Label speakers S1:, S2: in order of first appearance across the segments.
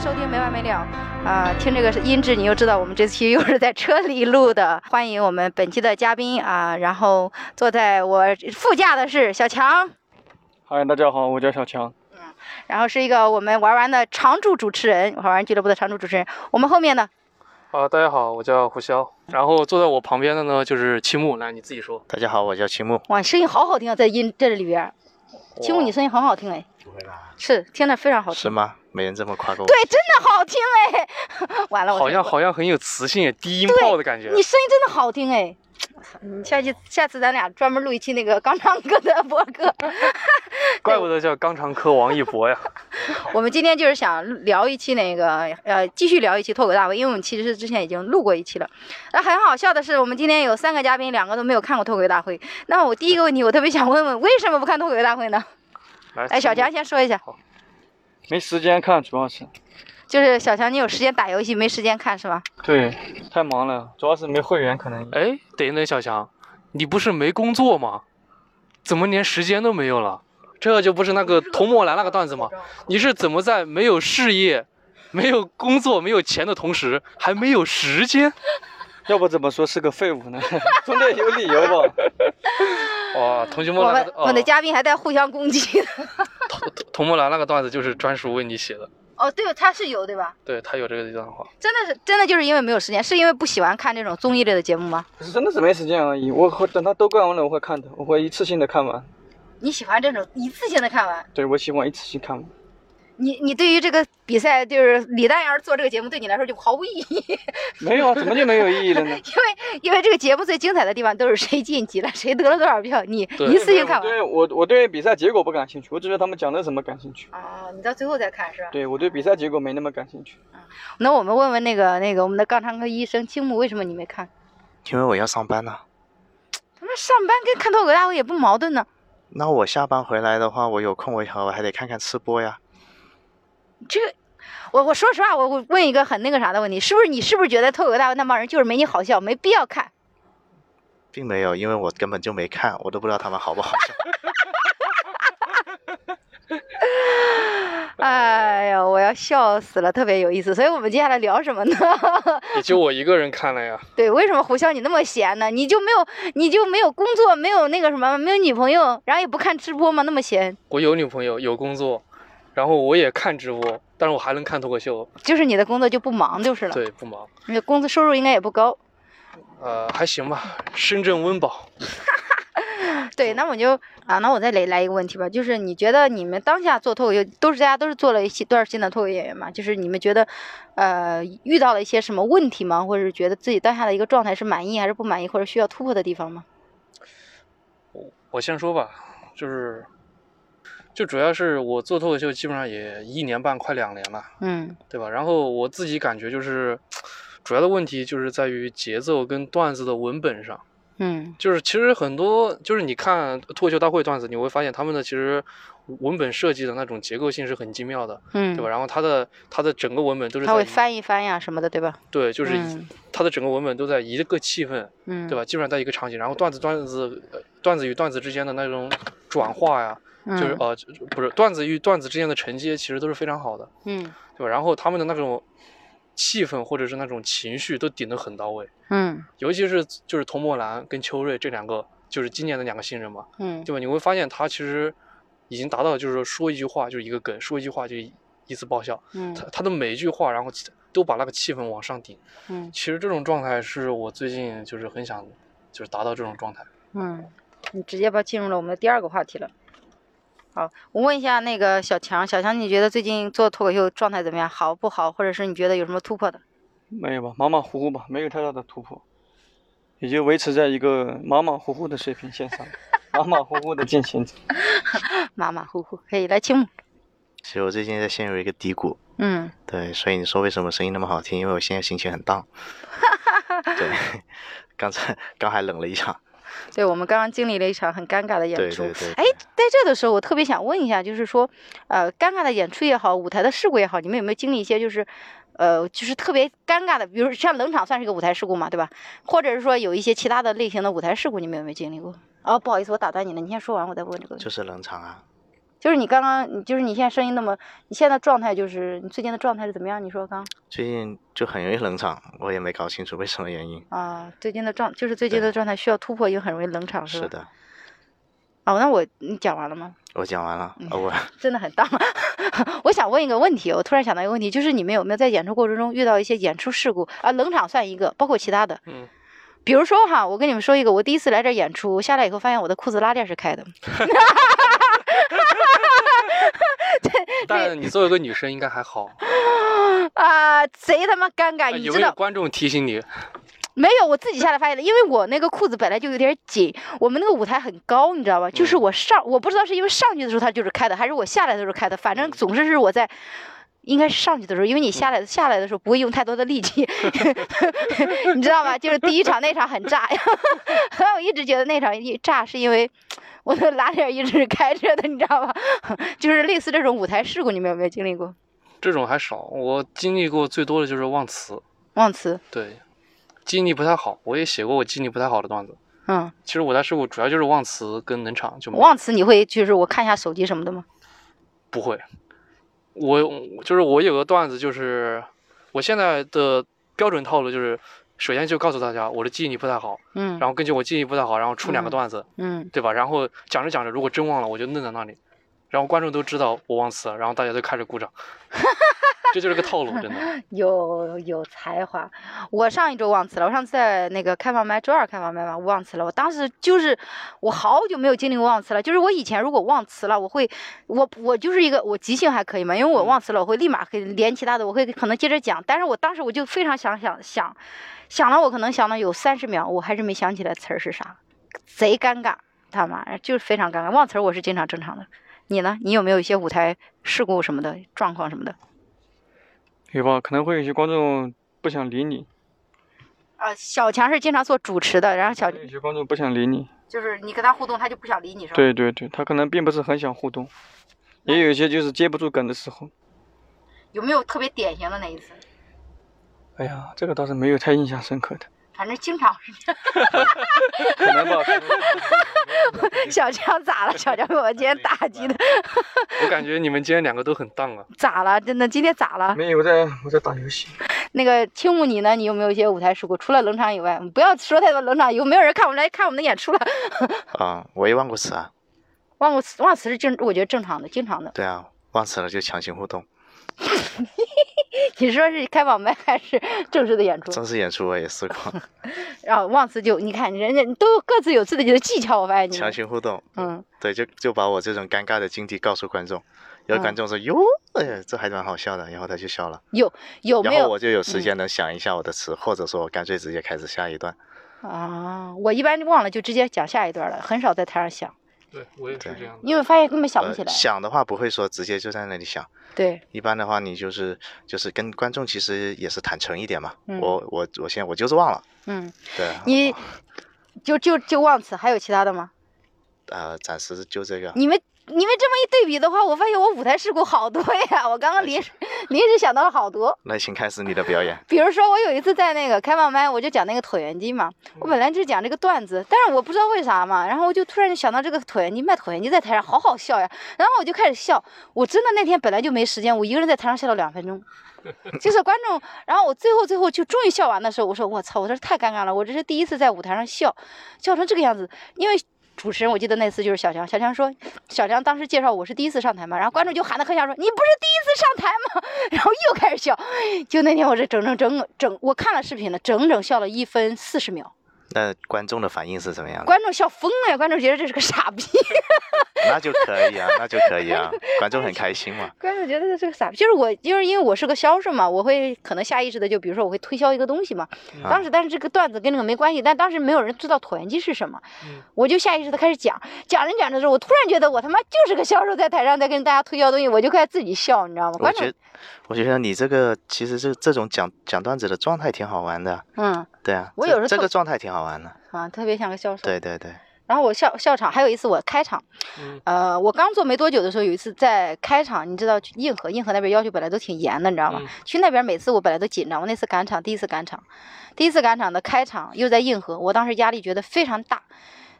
S1: 收听没完没了啊、听这个是音质，你就知道我们这期又是在车里录的。欢迎我们本期的嘉宾啊，然后坐在我呃副驾的是小强，
S2: 嗨，大家好，我叫小强。
S1: 然后是一个我们玩玩的常驻主持人，玩玩俱乐部的常驻主持人。我们后面呢，
S3: 啊，大家好，我叫胡潇，然后坐在我旁边的呢就是七木，来你自己说。
S4: 大家好，我叫秦牧。
S1: 哇，声音好好听啊，在音这里边儿，听木你声音很好听哎，是听着非常好听，
S4: 是吗？没人这么夸过我。
S1: 对，真的好听哎， 完了，我
S3: 好像
S1: 我
S3: 好像很有磁性，低音炮的感觉。
S1: 你声音真的好听哎。你下期下次咱俩专门录一期那个刚唱歌的播客。
S3: 怪不得叫肛肠科王一博呀。
S1: 我们今天就是想聊一期那个呃，继续聊一期脱口大会，因为我们其实之前已经录过一期了。那很好笑的是，我们今天有三个嘉宾，两个都没有看过脱口大会。那我第一个问题，我特别想问问，为什么不看脱口大会呢？
S3: 来，
S1: 哎，小
S3: 七木
S1: 强，先说一下，
S2: 没时间看，主要是
S1: 就是小强，你有时间打游戏，没时间看是吗？
S2: 对，太忙了，主要是没会员，可能
S3: 哎，等一等，小强，你不是没工作吗？怎么连时间都没有了？这就不是那个童墨兰那个段子吗？你是怎么在没有事业、没有工作、没有钱的同时，还没有时间？
S2: 要不怎么说是个废物呢？ 总得有理由吧？
S3: 哇，同学们
S1: 我
S3: 那
S1: 们、
S3: 个
S1: 我们的
S3: 哦
S1: 嘉宾还在互相攻击。
S3: 童童墨兰那个段子就是专属为你写的，
S1: 哦，对，他是有对吧？
S3: 对他有这个段话。
S1: 真的是真的就是因为没有时间，是因为不喜欢看这种综艺类的节目吗？
S2: 不是真的是没时间而已。我会等他都干完了，我会看的，我会一次性的看完。
S1: 你喜欢这种一次性的看完？
S2: 对，我喜欢一次性看完。
S1: 你你对于这个比赛，就是李诞要是做这个节目，对你来说就毫无意义，？
S2: 没有啊，怎么就没有意义了呢
S1: 因为因为这个节目最精彩的地方都是谁晋级了，谁得了多少票，你
S3: 对
S1: 一次性看完
S2: 对我，我对比赛结果不感兴趣，我只对他们讲的什么感兴趣。
S1: 啊，你到最后再看是吧？
S2: 对我对比赛结果没那么感兴趣。
S1: 那我们问问那个那个我们的肛肠科医生青木，为什么你没看？
S4: 因为我要上班啊呢、
S1: 他妈上班跟看脱口大会也不矛盾呢。
S4: 那我下班回来的话，我有空我我还得看看吃播呀。
S1: 这个，我我说实话，我我问一个很那个啥的问题，是不是你是不是觉得脱口大会那帮人就是没你好笑，没必要看？
S4: 并没有，因为我根本就没看，我都不知道他们好不好 笑。
S2: 呃
S1: 哎呀，我要笑死了，特别有意思。所以我们接下来聊什么呢？
S3: 也就我一个人看了呀。
S1: 对，为什么胡笑你那么闲呢？你就没有你就没有工作，没有那个什么，没有女朋友，然后也不看直播吗？那么闲，
S3: 我有女朋友，有工作，然后我也看直播，但是我还能看脱口秀，
S1: 就是你的工作就不忙就是了。
S3: 对，不忙，
S1: 你的工资收入应该也不高。
S3: 呃，还行吧。深圳温饱，
S1: 对，那我就啊，那我再来来一个问题吧，就是你觉得你们当下做脱口秀，都是大家都是做了一些段儿新的脱口演员嘛？就是你们觉得，呃，遇到了一些什么问题吗？或者是觉得自己当下的一个状态是满意还是不满意，或者需要突破的地方吗？
S3: 我先说吧，就是，就主要是我做脱口秀基本上也一年半，快两年了，
S1: 嗯
S3: 对吧？然后我自己感觉就是，主要的问题就是在于节奏跟段子的文本上。
S1: 嗯
S3: 就是其实很多就是你看脱口秀大会段子，你会发现他们的其实文本设计的那种结构性是很精妙的，
S1: 嗯，
S3: 对吧？？然后它的它的整个文本都是
S1: 他
S3: 在
S1: 会
S3: 一
S1: 翻一翻呀什么的，对吧？
S3: 对，就是一
S1: 嗯
S3: 它的整个文本都在一个气氛，
S1: 嗯，
S3: 对吧？基本上在一个场景，然后段子段子呃段子与段子之间的那种转化呀，
S1: 嗯？
S3: 就是呃就不是段子与段子之间的承接，其实都是非常好的，
S1: 嗯
S3: 对吧？然后他们的那种气氛或者是那种情绪都顶得很到位，
S1: 嗯
S3: 尤其是就是童墨兰跟秋瑞这两个就是今年的两个新人嘛，
S1: 嗯
S3: 对吧？你会发现他其实已经达到就是说说一句话就是一个梗，说一句话就一一次爆笑，
S1: 嗯
S3: 他他的每一句话然后都把那个气氛往上顶。
S1: 嗯
S3: 其实这种状态是我最近就是很想，就是达到这种状态。
S1: 嗯，你直接把进入了我们的第二个话题了。好，我问一下那个小强，小强，你觉得最近做脱口秀状态怎么样？好不好？或者是你觉得有什么突破的？
S2: 没有吧，马马虎虎吧，没有太大的突破，也就维持在一个马马虎虎的水平线上， 马马虎虎的进行着。
S1: 马马虎虎，可以来青木。
S4: 其实我最近在陷入一个低谷，
S1: 嗯，
S4: 对，所以你说为什么声音那么好听？因为我现在心情很 down。对，刚才刚还冷了一场。
S1: 对，我们刚刚经历了一场很尴尬的演
S4: 对
S1: 出。
S4: 对对。
S1: 哎，在这的时候，我特别想问一下，就是说，呃，尴尬的演出也好，舞台的事故也好，你们有没有经历一些就是，呃，就是特别尴尬的，比如像冷场算是一个舞台事故嘛，对吧？或者是说有一些其他的类型的舞台事故，你们有没有经历过？哦，不好意思，我打断你了，你先说完，我再问这个问题。
S4: 就是冷场啊，
S1: 就是你刚刚，就是你现在声音那么，你现在状态就是你最近的状态是怎么样？你说刚
S4: 最近就很容易冷场，我也没搞清楚为什么原因。
S1: 啊，最近的状就是最近的
S4: 对
S1: 状态需要突破，又很容易冷场，吧？
S4: 是的，
S1: 哦，那我你讲完了吗？
S4: 我讲完了，
S1: 嗯
S4: 呃我
S1: 真的很荡。 我想问一个问题，我突然想到一个问题，就是你们有没有在演出过程中遇到一些演出事故啊？冷场算一个，包括其他的。
S3: 嗯，
S1: 比如说哈，我跟你们说一个，我第一次来这儿演出，我下来以后发现我的裤子拉链是开的。
S3: 但你作为一个女生应该还好，
S1: 啊，贼他妈尴尬，
S3: 哎
S1: 你
S3: 有
S1: 知
S3: 没有
S1: 道
S3: 观众提醒你？
S1: 没有？我自己下来发现的，因为我那个裤子本来就有点紧，我们那个舞台很高，你知道吧？就是我上，我不知道是因为上去的时候它就是开的，还是我下来的时候开的，反正
S3: 嗯
S1: 总是是我在。应该是上去的时候，因为你下来下来的时候不会用太多的力气， 你知道吧？就是第一场那场很炸， 然后我一直觉得那场一炸是因为我的拉链一直是开着的，你知道吧？ 就是类似这种舞台事故，你们有没有经历过？
S3: 这种还少，我经历过最多的就是忘词，
S1: 忘词，
S3: 对，记忆力不太好，我也写过我记忆力不太好的段子。
S1: 嗯，
S3: 其实我在事故主要就是忘词跟冷场，就没有
S1: 忘词你会就是我看一下手机什么的吗？
S3: 不会，我就是我有个段子，就是我现在的标准套路就是，首先就告诉大家我的记忆力不太好，
S1: 嗯
S3: 然后根据我记忆不太好，然后出两个
S1: 嗯
S3: 段子，
S1: 嗯，
S3: 对吧？然后讲着讲着，如果真忘了，我就愣在那里，然后观众都知道我忘词了，然后大家都开始 鼓掌，这就是个套路，真的。
S1: 有有才华。我上一周忘词了，我上次在那个开放麦，周二开放麦嘛，我忘词了。我当时就是我好久没有经历过忘词了，就是我以前如果忘词了，我会我我就是一个我即兴还可以嘛，因为我忘词了，我会立马可以连其他的，我会可能接着讲。但是我当时我就非常想想想想了，我可能想了有三十秒，我还是没想起来词儿是啥，贼尴尬，他妈就是非常尴尬。忘词儿我是经常正常的。你呢？你有没有一些舞台事故什么的状况什么的？
S2: 有吧？可能会有些观众不想理你，
S1: 啊，小强是经常做主持的，然后小
S2: 有些观众不想理你。
S1: 就是你跟他互动，他就不想理你，是吧？
S2: 对对对，他可能并不是很想互动，也有一些就是接不住梗的时候。
S1: 有没有特别典型的那一次？
S2: 哎呀，这个倒是没有太印象深刻的，
S1: 反正经常是这
S2: 可能 吧。可能
S1: 样。 小强咋了？小强给我今天打击的，
S3: 我感觉你们今天两个都很荡啊，
S1: 咋了？真的，今天咋了？
S2: 没有，我在我在打游戏。
S1: 那个青木你呢？你有没有一些舞台事故？除了冷场以外，不要说太多冷场，有没有人看我们来看我们的演出了？
S4: 啊、我也忘过词啊，
S1: 忘我忘词是正，我觉得正常的，经常的。
S4: 对啊，忘词了就强行互动。
S1: 你说是开网麦还是正式的演出？
S4: 正式演出我也 试过，
S1: 然后忘词就你看人家都有各自有自己的技巧，我发现你
S4: 强
S1: 们。
S4: 行互动，
S1: 嗯，
S4: 对，就就把我这种尴尬的经历告诉观众，然后观
S1: 嗯
S4: 众说哟，哎呀，这还蛮好笑的，然后他就笑了，
S1: 有有
S4: 然
S1: 没有？
S4: 后我就有时间能想一下我的词，或者说我干脆直接开始下一段。
S1: 啊，我一般忘了就直接讲下一段了，很少在台上想，
S3: 对我也
S4: 是这
S3: 样。
S1: 因为发现根本想不
S4: 呃
S1: 起来。
S4: 想的话不会说直接就在那里想，
S1: 对，
S4: 一般的话你就是就是跟观众其实也是坦诚一点嘛，
S1: 嗯
S4: 我我我现在我就是忘了，
S1: 嗯，
S4: 对，啊
S1: 你就就就忘词，还有其他的吗？
S4: 呃，暂时就这个。
S1: 你们你们这么一对比的话，我发现我舞台事故好多呀，我刚刚 临时
S4: 哎
S1: 临时想到了好多。。
S4: 那请开始你的表演
S1: 比如说，我有一次在那个开放麦，我就讲那个椭圆机嘛，我本来就是讲这个段子，但是我不知道为啥嘛，然后我就突然就想到这个椭圆机卖椭圆机在台上好好笑呀，然后我就开始笑，我真的那天本来就没时间，我一个人在台上笑了两分钟，就是观众，然后我最后最后就终于笑完的时候，我说我操，我这太尴尬了，我这是第一次在舞台上笑，笑成这个样子，因为。主持人，我记得那次就是小强，小强说，小强当时介绍我是第一次上台嘛，然后观众就喊得很响说，你不是第一次上台吗？ 然后又开始笑，就那天我是整整整整，我看了视频了，整整笑了一分四十秒，
S4: 那观众的反应是怎么样的？
S1: 观众笑疯了呀！观众觉得这是个傻逼，
S4: 那就可以啊，那就可 以啊，观众很开心嘛。
S1: 观众觉得这是个傻逼。就是我，就是因为我是个销售嘛，我会可能下意识的就比如说我会推销一个东西嘛。
S4: 啊
S1: 当时但是这个段子跟那个没关系，但当时没有人知道椭圆机是什么，
S3: 嗯
S1: 我就下意识的开始讲，讲着讲着之后，我突然觉得我他妈就是个销售在台上在跟大家推销东西，我就开始自己笑，你知道吗？
S4: 我
S1: 观众
S4: 觉，我觉得你这个其实这这种讲讲段子的状态挺好玩的，
S1: 嗯
S4: 对啊，
S1: 我
S4: 这
S1: 有时候
S4: 这
S1: 特
S4: 个状态挺好玩的，
S1: 啊，特别像个销售。
S4: 对对对，
S1: 然后我笑笑场，还有一次我开场，
S3: 嗯
S1: 呃，我刚做没多久的时候，有一次在开场，你知道去硬核，硬核那边要求本来都挺严的，你知道吗？
S3: 嗯
S1: 去那边每次我本来都紧张，我那次赶场，第一次赶场，第一次赶场的开场又在硬核，我当时压力觉得非常大。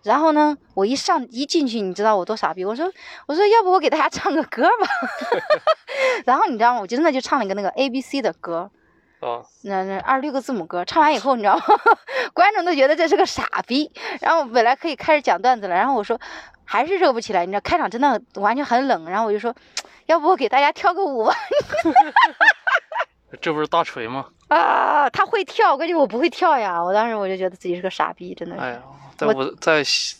S1: 然后呢，我一上一进去，你知道我多傻逼？我说我说要不我给大家唱个歌吧， 然后你知道吗？我真的就唱了一个那个 A B C 的歌，
S3: 啊，
S1: 那那二十六个字母歌，唱完以后，你知道吗？ 观众都觉得这是个傻逼。然后我本来可以开始讲段子了，然后我说还是热不起来，你知道开场真的完全很冷，然后我就说，要不我给大家跳个舞吧。
S3: 这不是大锤吗？
S1: 啊，他会跳，关键我不会跳呀！我当时我就觉得自己是个傻逼，真的是。
S3: 哎呀，在
S1: 我
S3: 我在喜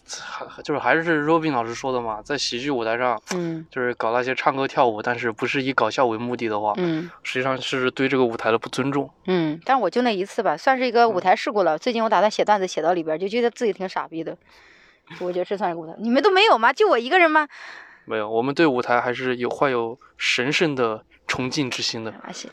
S3: 还就是还是 Robin 老师说的嘛，在喜剧舞台上，
S1: 嗯
S3: 就是搞那些唱歌跳舞，但是不是以搞笑为目的的话，
S1: 嗯
S3: 实际上是对这个舞台的不尊重。
S1: 嗯，但我就那一次吧，算是一
S3: 嗯
S1: 个舞台事故了。最近我打算写段子写到里边儿，就觉得自己挺傻逼的。 我觉得这算是个舞台，你们都没有吗？就我一个人吗？
S3: 没有，我们对舞台还是有怀有神圣的崇敬之心的。
S1: 啊，显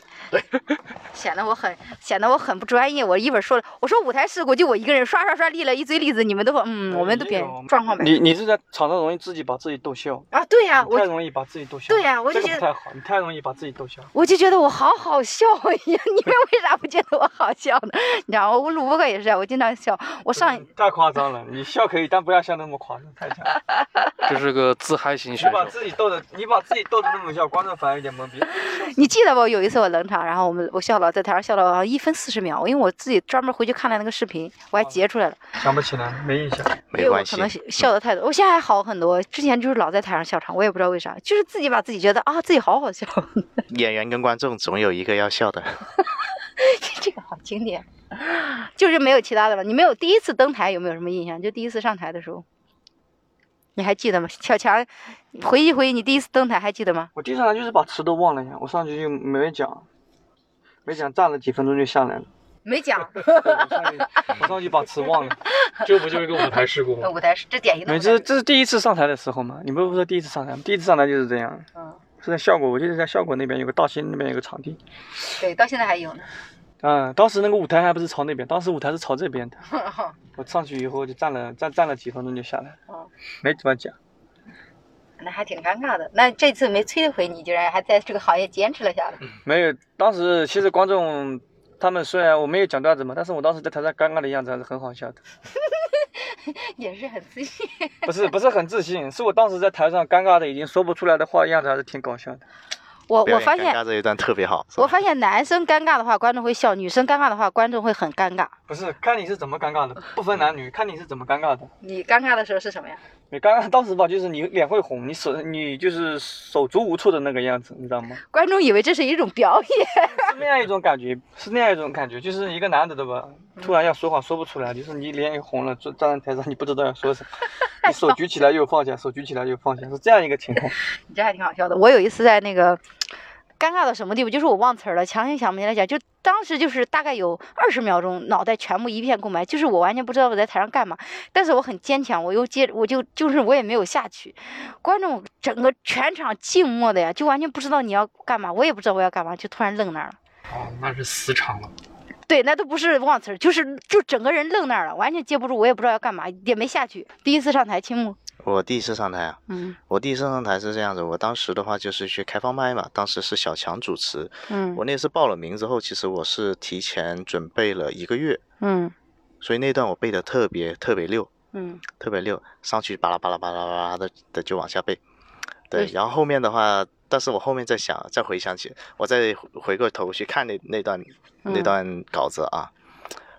S1: 显得我很显得我很不专业。我一会儿说了，我说舞台事故就我一个人刷刷刷立了一堆例子，你们都说嗯，我们都别人状况呗。
S2: 你你是在场上容易自己把自己逗笑，
S1: 啊，对呀、
S2: 你太
S1: 我
S2: 容易把自己逗笑。
S1: 对呀我就
S2: 这个
S1: 觉
S2: 不
S1: 得
S2: 太好，你太容易把自己逗笑。
S1: 我就觉得我好好笑呀， 你们为啥不觉得我好笑呢？ 你知道吗？我录播课也是，我经常笑。我上
S2: 太夸张了，你笑可以，但不要笑那么夸张，太
S1: 啊
S2: 强了。
S3: 这是个自嗨型
S2: 你
S3: 选
S2: 把
S3: 手，
S2: 自己逗的，你把自己逗的那么笑，观众反而有点懵逼。
S1: 你记得不？有一次我冷场，然后我们我笑了，在台上笑了好像一分四十秒，因为我自己专门回去看了那个视频，我还截出来了，
S2: 想不起来，没印象。
S1: 因
S4: 哦没
S1: 为我
S4: 关
S1: 可
S4: 系，
S1: 能笑的太多。我现在还好很多，之前就是老在台上笑场，我也不知道为啥，就是自己把自己觉得啊自己好好笑，
S4: 演员跟观众总有一个要笑的。
S1: 这个好经典，就是没有其他的了。你没有第一次登台有没有什么印象？就第一次上台的时候，你还记得吗？小强，回忆回忆，你第一次登台还记得吗？
S2: 我经常就是把词都忘了呀，我上去就没讲，没讲，站了几分钟就下来了。
S1: 没 讲，
S2: 对我上去，我上去把词忘了。
S3: 这不就是个舞台事 故吗？
S1: 舞台是这典型的
S2: 没，
S1: 舞
S2: 这
S1: 台。
S2: 这是第一次上台的时候嘛，你们不是说第一次上台吗？第一次上台就是这样，
S1: 嗯，
S2: 是在效果，我记得在效果那边有个大兴那边有个场地，
S1: 对，到现在还有呢。
S2: 嗯，当时那个舞台还不是朝那边，当时舞台是朝这边的。我上去以后就站了站站了几分钟就下来
S1: 哦
S2: 了，没怎么讲。
S1: 那还挺尴尬的。那这次没摧毁你，居然还在这个行业坚持了下
S4: 嗯
S1: 来。
S2: 没有，当时其实观众他们虽然我没有讲段子嘛，但是我当时在台上尴尬的样子还是很好笑的，
S1: 也是很自信。
S2: 不是不是很自信，是我当时在台上尴尬的已经说不出来的话的样子还是挺搞笑的。
S1: 我
S4: 表
S1: 我
S4: 演
S1: 发
S4: 尴
S1: 现，
S4: 尬这一段特别好，是
S1: 我
S4: 吧
S1: 发现男生尴尬的话，观众会笑；女生尴尬的话，观众会很尴尬。
S2: 不是看你是怎么尴尬的，不分男女，看你是怎么尴尬的。
S1: 你尴尬的时候是什么呀？
S2: 你尴 尬当时吧，就是你脸会红，你手你就是手足无措的那个样子，你知道吗？
S1: 观众以为这是一种表演。
S2: 是那样一种感觉，是那样一种感觉，就是一个男的对吧，突然要说话说不出来，就是你脸也红了，坐站在台上你不知道要说什么，你手举起来又放下，手举起来又放下，是这样一个情况。
S1: 你这还挺好笑的。我有一次在那个尴尬到什么地步，就是我忘词儿了，强行想不起来讲，就当时就是大概有二十秒钟，脑袋全部一片空白，就是我完全不知道我在台上干嘛，但是我很坚强，我又接，我就就是我也没有下去，观众整个全场静默的呀，就完全不知道你要干嘛，我也不知道我要干嘛，就突然愣那儿了。
S3: 哦，那是死场了。
S1: 对，那都不是忘词儿，就是就整个人愣那儿了，完全接不住，我也不知道要干嘛，也没下去。第一次上台，青木，
S4: 我第一次上台啊，
S1: 嗯
S4: 我第一次上台是这样子，我当时的话就是去开放麦嘛，当时是小强主持，
S1: 嗯
S4: 我那次报了名之后，其实我是提前准备了一个月，
S1: 嗯
S4: 所以那段我背的特别特别溜，
S1: 嗯，
S4: 特别溜，上去巴拉巴拉巴拉巴拉的的就往下背，
S1: 为
S4: 对，
S1: 什
S4: 然后后面的话，但是我后面再想再回想起，我再回回过头去看那那段那
S1: 嗯
S4: 段稿子啊，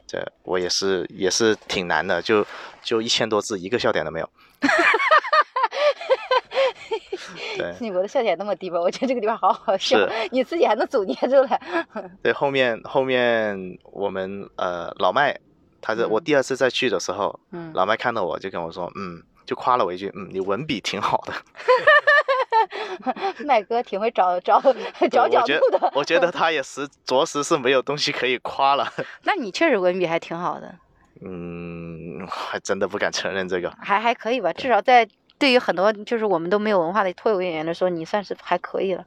S4: 这我也是也是挺难的，就就一千多字，一个笑点都 没有。对，
S1: 你我的笑点那么低吧？我觉得这个地方好好笑
S4: 哎是，
S1: 你自己还能总结出来。
S4: 对，后面后面我们呃老麦，他是我
S1: 嗯
S4: 第二次再去的时候，
S1: 嗯，
S4: 老麦看到我就跟我说，嗯，就夸了我一句，嗯，你文笔挺好的。
S1: 麦哥挺会找找找 角
S4: 我觉
S1: 度的。嗯
S4: 我觉得他也实着实是没有东西可以 夸了。
S1: 那你确实文笔还挺好的，
S4: 嗯，还真的不敢承认这个。
S1: 还还可以吧，至少在。对于很多就是我们都没有文化的脱口演员来说，你算是还可以了，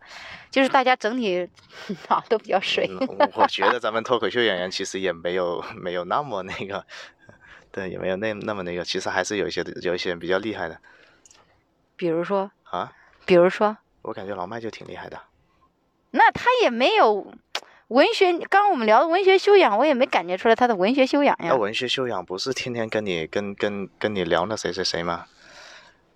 S1: 就是大家整体 啊都比较水。
S4: 嗯我 觉得咱们脱口秀演员其实也没有没有那么那个， 对，也没有那那么那个。其实还是有一些有一些人比较厉害的
S1: 比如说，
S4: 啊。
S1: 比如说，
S4: 我感觉老麦就挺厉害的。
S1: 那他也没有，文学，刚刚我们聊的文学修养，我也没感觉出来他的文学修养哎呀
S4: 那。文学修养不是天天跟你跟跟跟你聊那谁谁谁吗？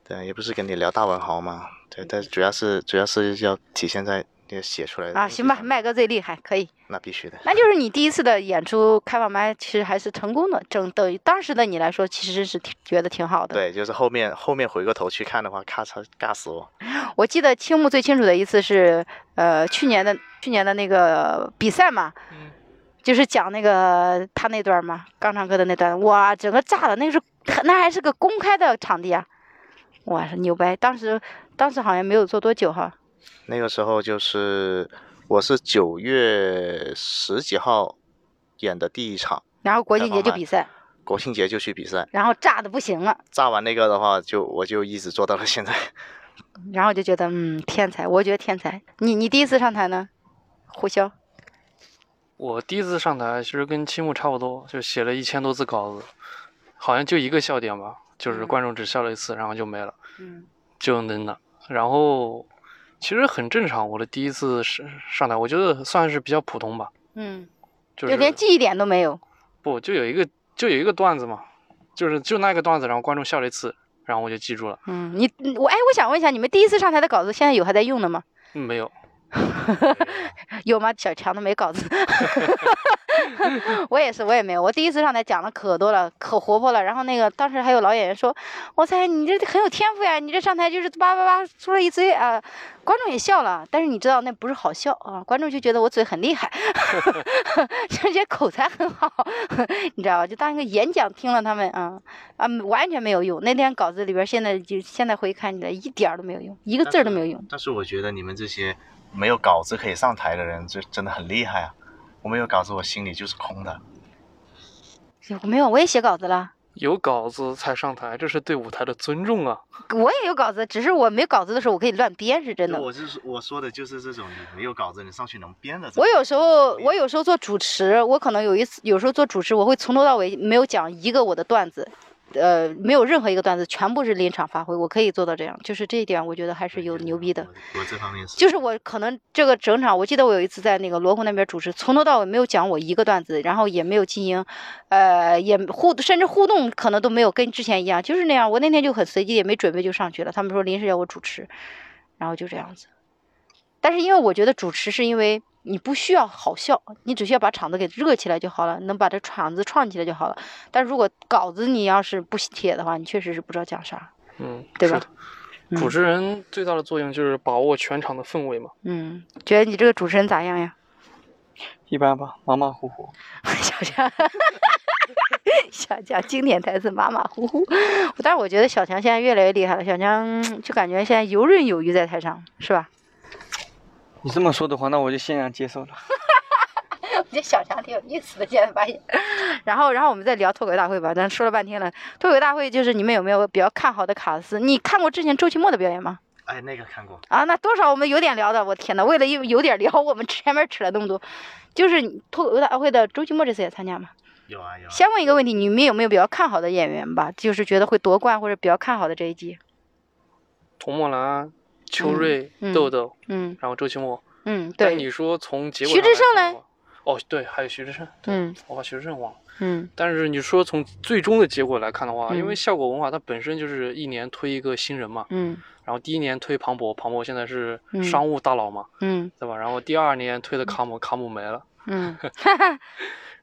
S4: 对，也不是跟你聊大文豪吗？对，但主要是主要是要体现在你写出来的
S1: 啊，
S4: 东西
S1: 行吧，
S4: 上
S1: 麦哥最厉害，可以。
S4: 那必须的。
S1: 那就是你第一次的演出开放麦，其实还是成功的，整对于当时的你来说，其实是挺觉得挺好的。
S4: 对，就是后面后面回过头去看的话，咔嚓尬死我。
S1: 我记得青木最清楚的一次是，呃，去年的去年的那个比赛嘛，
S3: 嗯
S1: 就是讲那个他那段嘛，刚唱歌的那段，哇，整个炸了，那个是那还是个公开的场地啊，哇，牛掰！当时当时好像没有做多久哈，
S4: 那个时候就是我是九月十几号演的第一场，
S1: 然后国庆节
S4: 开
S1: 就
S4: 放麦
S1: 比赛，
S4: 国庆节就去比赛，
S1: 然后炸的不行了，
S4: 炸完那个的话就我就一直做到了现在。
S1: 然后就觉得嗯，天才，我觉得天才。你你第一次上台呢，胡潇，
S3: 我第一次上台其实跟青木差不多，就写了一千多字稿子，好像就一个笑点吧，就是
S1: 嗯
S3: 观众只笑了一次，然后就没了，
S1: 嗯
S3: 就能了。然后其实很正常，我的第一次上上台，我觉得算是比较普通吧，
S1: 嗯，
S3: 就
S1: 就是连记忆点都没有，
S3: 不就有一个就有一个段子嘛，就是就那个段子，然后观众笑了一次，然后我就记住了。
S1: 嗯，你你我哎，我想问一下，你们第一次上台的稿子现在有还在用的吗？
S3: 嗯没有，
S1: 有吗？小强都没稿子， 我也是，我也没有。我第一次上台讲的可多了，可活泼了。然后那个当时还有老演员说：“我猜你这很有天赋呀，你这上台就是叭叭叭说了一堆啊、观众也笑了。但是你知道那不是好笑啊，观众就觉得我嘴很厉害，就觉得口才很好， 你知道吧？就当一个演讲听了他们啊啊，完全没有用。那天稿子里边现在就现在回看起来一点儿都没有用，一个字儿都没有用。
S4: 但是我觉得你们这些没有稿子可以上台的人，这真的很厉害啊！我没有稿子，我心里就是空的。
S1: 我没有，我也写稿子了。”
S3: 有稿子才上台，这是对舞台的尊重啊！
S1: 我也有稿子，只是我没稿子的时候，我可以乱编，是真的。
S4: 我是我说的就是这种，你没有稿子，你上去能编的。
S1: 我有时候，我有时候做主持，我可能有一次，有时候做主持，我会从头到尾没有讲一个我的段子，呃，没有任何一个段子，全部是临场发挥，我可以做到这样，就是这一点，我觉得还是有牛逼的。。
S4: 我这方面是
S1: 就是我可能这个整场，我记得我有一次在那个罗湖那边主持，从头到尾没有讲我一个段子，然后也没有进行，呃，也互甚至互动可能都没有跟之前一样，就是那样。我那天就很随机，也没准备就上去了，他们说临时要我主持，然后就这样子。但是因为我觉得主持是因为你不需要好笑，你只需要把场子给热起来就好了，能把这场子创起来就好了。但如果稿子你要是不写的话，你确实是不知道讲啥。
S3: 嗯，
S1: 对
S3: 是
S1: 吧
S3: 的
S1: 嗯
S3: 主持人最大的作用就是把握全场的氛围嘛。
S1: 嗯，觉得你这个主持人咋样呀？
S2: 一般吧，马马虎虎。
S1: 小强，小强经典台词马马虎虎。但是我觉得小强现在越来越厉害了，小强嗯就感觉现在游刃有余在台上，是吧？
S2: 你这么说的话，那我就欣然接受了。
S1: 我觉得小强挺有意思的，现在发现。 然后，然后我们再聊脱口秀大会吧。咱说了半天了，脱口秀大会就是你们有没有比较看好的卡司？你看过之前周奇墨的表演吗？
S4: 哎，那个看过，
S1: 啊，那多少我们有点聊的，我天呐，为了有有点聊，我们前面扯了那么多。就是你脱口秀大会的周奇墨这次也参加吗？
S4: 有啊有啊
S1: 先问一个问题，你们有没有比较看好的演员吧？就是觉得会夺冠或者比较看好的这一季？
S3: 童梦兰、啊秋瑞、
S1: 嗯
S3: 豆豆，
S1: 嗯
S3: 然后周奇墨。
S1: 嗯，
S3: 但
S1: 对，
S3: 你说从结果
S1: 徐
S3: 上
S1: 志胜
S3: 来
S1: 嘞
S3: 看的话？哦，对，还有徐志胜，对
S1: 嗯
S3: 我把徐志胜忘了。
S1: 嗯
S3: 但是你说从最终的结果来看的话，
S1: 嗯
S3: 因为效果文化它本身就是一年推一个新人嘛，
S1: 嗯
S3: 然后第一年推庞博，庞博现在是
S1: 嗯
S3: 商务大佬嘛，
S1: 嗯
S3: 对吧？然后第二年推的卡姆，卡姆没了，
S1: 嗯，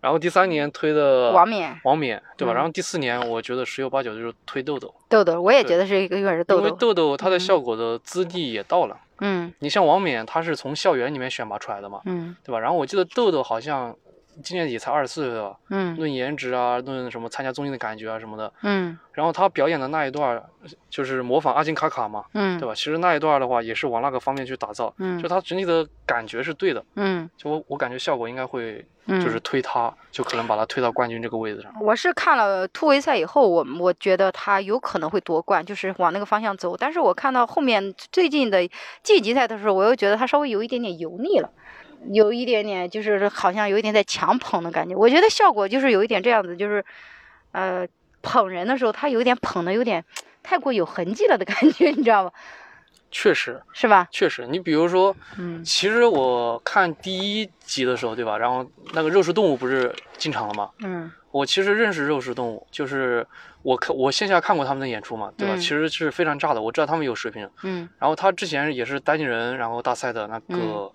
S3: 然后第三年推的
S1: 王冕、
S3: 王冕，对吧？
S1: 嗯
S3: 然后第四年我觉得十有八九就是推豆豆，
S1: 豆豆，我也
S3: 对
S1: 觉得是一个永远是豆
S3: 因为
S1: 豆。
S3: 豆豆他的
S1: 嗯
S3: 效果的资历也到了。
S1: 嗯
S3: 你像王冕，他是从校园里面选拔出来的嘛，
S1: 嗯
S3: 对吧？然后我记得豆豆好像今年也才二十四岁吧，
S1: 嗯
S3: 论颜值啊，论什么参加综艺的感觉啊什么的。
S1: 嗯
S3: 然后他表演的那一段儿，就是模仿阿金卡卡嘛，
S1: 嗯，
S3: 对吧？其实那一段儿的话，也是往那个方面去打造，
S1: 嗯
S3: 就他整体的感觉是对的。
S1: 嗯
S3: 就我我感觉效果应该会，
S1: 嗯，
S3: 就是推他，就可能把他推到冠军这个位置上。
S1: 我是看了突围赛以后，我我觉得他有可能会夺冠，就是往那个方向走。但是我看到后面最近的晋级赛的时候，我又觉得他稍微有一点点油腻了，有一点点就是好像有一点在强捧的感觉。我觉得效果就是有一点这样子，就是呃捧人的时候，他有一点捧的有点太过有痕迹了的感觉，你知道吗？
S3: 确实
S1: 是吧？
S3: 确实，你比如说，
S1: 嗯
S3: 其实我看第一集的时候，对吧？然后那个肉食动物不是进场了吗？
S1: 嗯
S3: 我其实认识肉食动物，就是我看我线下看过他们的演出嘛，对吧？
S1: 嗯
S3: 其实是非常炸的，我知道他们有水平。
S1: 嗯，
S3: 然后他之前也是单立人，然后大赛的那个
S1: 嗯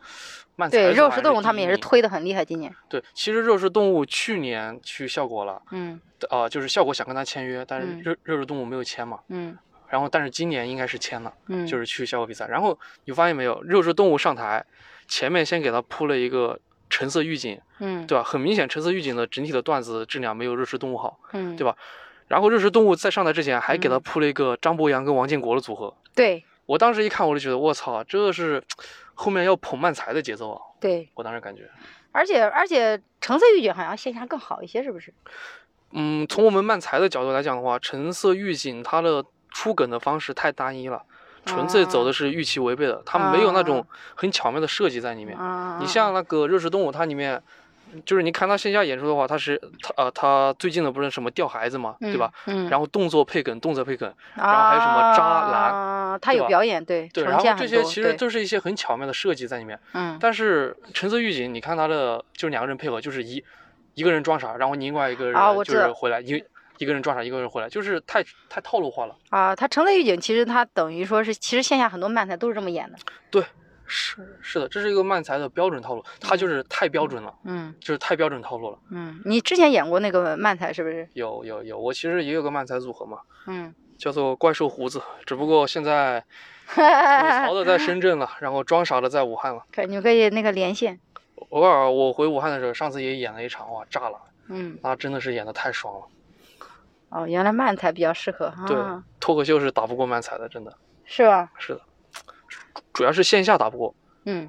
S3: 慢才是吧、
S1: 对，肉食动
S3: 还
S1: 物他们也是
S3: 第一名
S1: 推的很厉害，今年，
S3: 对。其实肉食动物去年去效果了，
S1: 嗯
S3: 啊、就是效果想跟他签约，但是
S1: 嗯
S3: 肉肉食动物没有签嘛。
S1: 嗯
S3: 然后但是今年应该是签了，
S1: 嗯，
S3: 就是去效果比赛。然后你发现没有，肉食动物上台前面先给他铺了一个橙色预警，
S1: 嗯
S3: 对吧？很明显，橙色预警的整体的段子质量没有肉食动物好。
S1: 嗯
S3: 对吧然后肉食动物在上台之前还给他
S1: 嗯
S3: 铺了一个张博洋跟王建国的组合，
S1: 对
S3: 我当时一看我就觉得我操，这是后面要捧漫才的节奏啊！
S1: 对，
S3: 我当时感觉，
S1: 而且而且橙色预警好像线下更好一些，是不是？
S3: 嗯，从我们漫才的角度来讲的话，橙色预警它的出梗的方式太单一了，纯粹
S1: 啊
S3: 走的是预期违背的，它没有那种很巧妙的设计在里面。
S1: 啊，
S3: 你像那个热食动物，它里面就是你看它线下演出的话，它是它呃它最近的不是什么掉孩子嘛，对吧？？
S1: 嗯，
S3: 然后动作配梗，动作配梗，
S1: 然
S3: 后还有什么渣男
S1: 啊，他
S3: 对
S1: 有
S3: 吧
S1: 表演，对，
S3: 对，
S1: 呈
S3: 然后
S1: 现
S3: 这
S1: 很
S3: 些
S1: 多
S3: 其实
S1: 对
S3: 都是一些很巧妙的设计在里面。
S1: 嗯，
S3: 但是橙色预警，你看他的就是两个人配合，就是一一个人装傻，然后另外一个
S1: 啊
S3: 人
S1: 我
S3: 就
S1: 知
S3: 是
S1: 道
S3: 回来，一一个人装傻，一个人回来，就是太太套路化了。
S1: 啊，他橙色预警其实他等于说是，其实线下很多漫才都是这么演的，
S3: 是是的，这是一个漫才的标准套路，他就是太标准了，
S1: 嗯
S3: 就是太标准套路了。
S1: 嗯，你之前演过那个漫才是不是？
S3: 有有有，我其实也有个漫才组合嘛，
S1: 嗯，
S3: 叫做怪兽胡子，只不过现在吐
S1: 哎
S3: 槽的在深圳了，然后装傻的在武汉了。
S1: 可你可以那个连线，
S3: 偶尔我回武汉的时候，上次也演了一场，哇，炸了，
S1: 嗯，
S3: 那真的是演的太爽了。
S1: 哦，原来漫才比较适合，
S3: 对
S1: 啊，，
S3: 脱口秀是打不过漫才的，真的。
S1: 是吧？
S3: 是的，主要是线下打不过，
S1: 嗯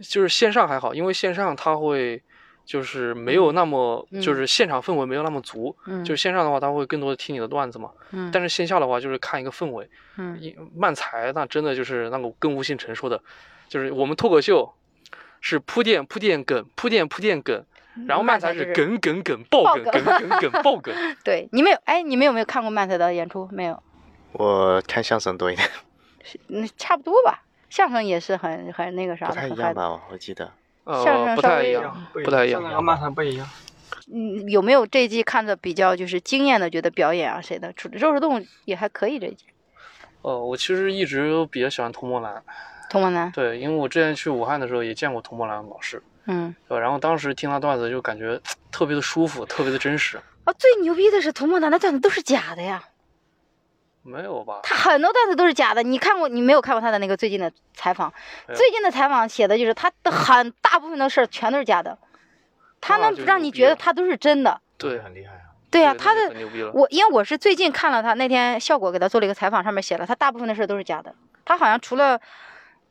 S3: 就是线上还好，因为线上它会就是没有那么，
S1: 嗯
S3: 就是现场氛围没有那么足。
S1: 嗯，
S3: 就是线上的话，它会更多的听你的段子嘛。
S1: 嗯，
S3: 但
S1: 是
S3: 是线下的话，就是看一个氛围。
S1: 嗯
S3: 一漫才那真的就是那个跟吴信成说的，就是我们脱口秀是铺垫铺垫梗，铺垫铺垫梗，然后漫
S1: 嗯
S3: 才
S1: 就是
S3: 是梗梗梗爆
S1: 爆
S3: 梗
S1: 梗
S3: 梗梗梗爆梗。
S1: 对，你们有哎，你们有没有看过漫才的演出？没有，
S4: 我看相声多一点，
S1: 嗯，差不多吧。相声也是很很那个啥
S4: 不
S1: 的，
S4: 太一
S1: 很
S4: 样
S1: 嗨的。
S4: 吧？我记得
S1: 相
S3: 呃，
S1: 声
S3: 不
S1: 稍
S3: 太
S1: 微
S3: 一
S1: 有
S3: 样，不太一样
S2: 上海和漫才不一样。
S1: 嗯，有没有这一季看的比较就是惊艳的？觉得表演啊谁的，除肉食动物也还可以这一季。
S3: 呃，我其实一直比较喜欢童梦兰，
S1: 童梦楠，
S3: 对，因为我之前去武汉的时候也见过童博兰老师，
S1: 嗯，
S3: 对吧？然后当时听他段子就感觉特别的舒服，特别的真实。
S1: 啊，最牛逼的是童梦楠的段子都是假的呀，
S3: 没有吧？
S1: 他很多段子都是假的。你看过你没有看过他的那个最近的采访？
S3: 没有
S1: 最近的采访写的就是他的很大部分的事儿全都是假的，他
S3: 那
S1: 能
S3: 就
S1: 让
S3: 牛
S1: 你
S3: 逼
S1: 觉得
S3: 了
S1: 他都是真的。
S3: 对
S4: 很厉害啊。
S1: 对呀、
S3: 那
S1: 他
S3: 就
S1: 的
S3: 很牛逼了。
S1: 我因为我是最近看了他那天效果给他做了一个采访，上面写了他大部分的事儿都是假的，他好像除了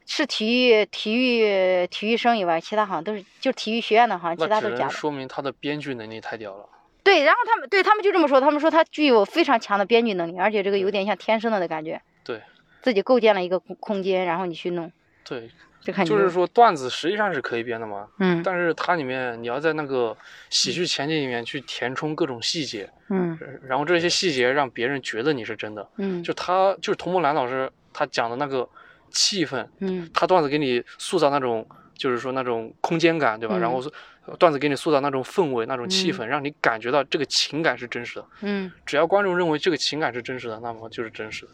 S1: 是体育体育体育生以外，其他好像都是就是体育学院的，好像其
S3: 那
S1: 他
S3: 只
S1: 都是假
S3: 能
S1: 的。
S3: 说明他的编剧能力太屌了。
S1: 对，然后他们对他们就这么说，他们说他具有非常强的编剧能力，而且这个有点像天生的的感觉。
S3: 对，
S1: 自己构建了一个空空间，然后你去弄，
S3: 对，
S1: 就很
S3: 就
S1: 牛
S3: 是说段子实际上是可以编的嘛，
S1: 嗯
S3: 但是它里面你要在那个喜剧情景里面去填充各种细节，
S1: 嗯
S3: 呃然后这些细节让别人觉得你是真的。
S1: 嗯
S3: 就他就是童梦兰老师他讲的那个气氛，
S1: 嗯
S3: 他段子给你塑造那种就是说那种空间感，对吧？
S1: 嗯
S3: 然后是段子给你塑造那种氛围、那种气氛，让你感觉到这个情感是真实的。
S1: 嗯。
S3: 只要观众认为这个情感是真实的，那么就是真实的。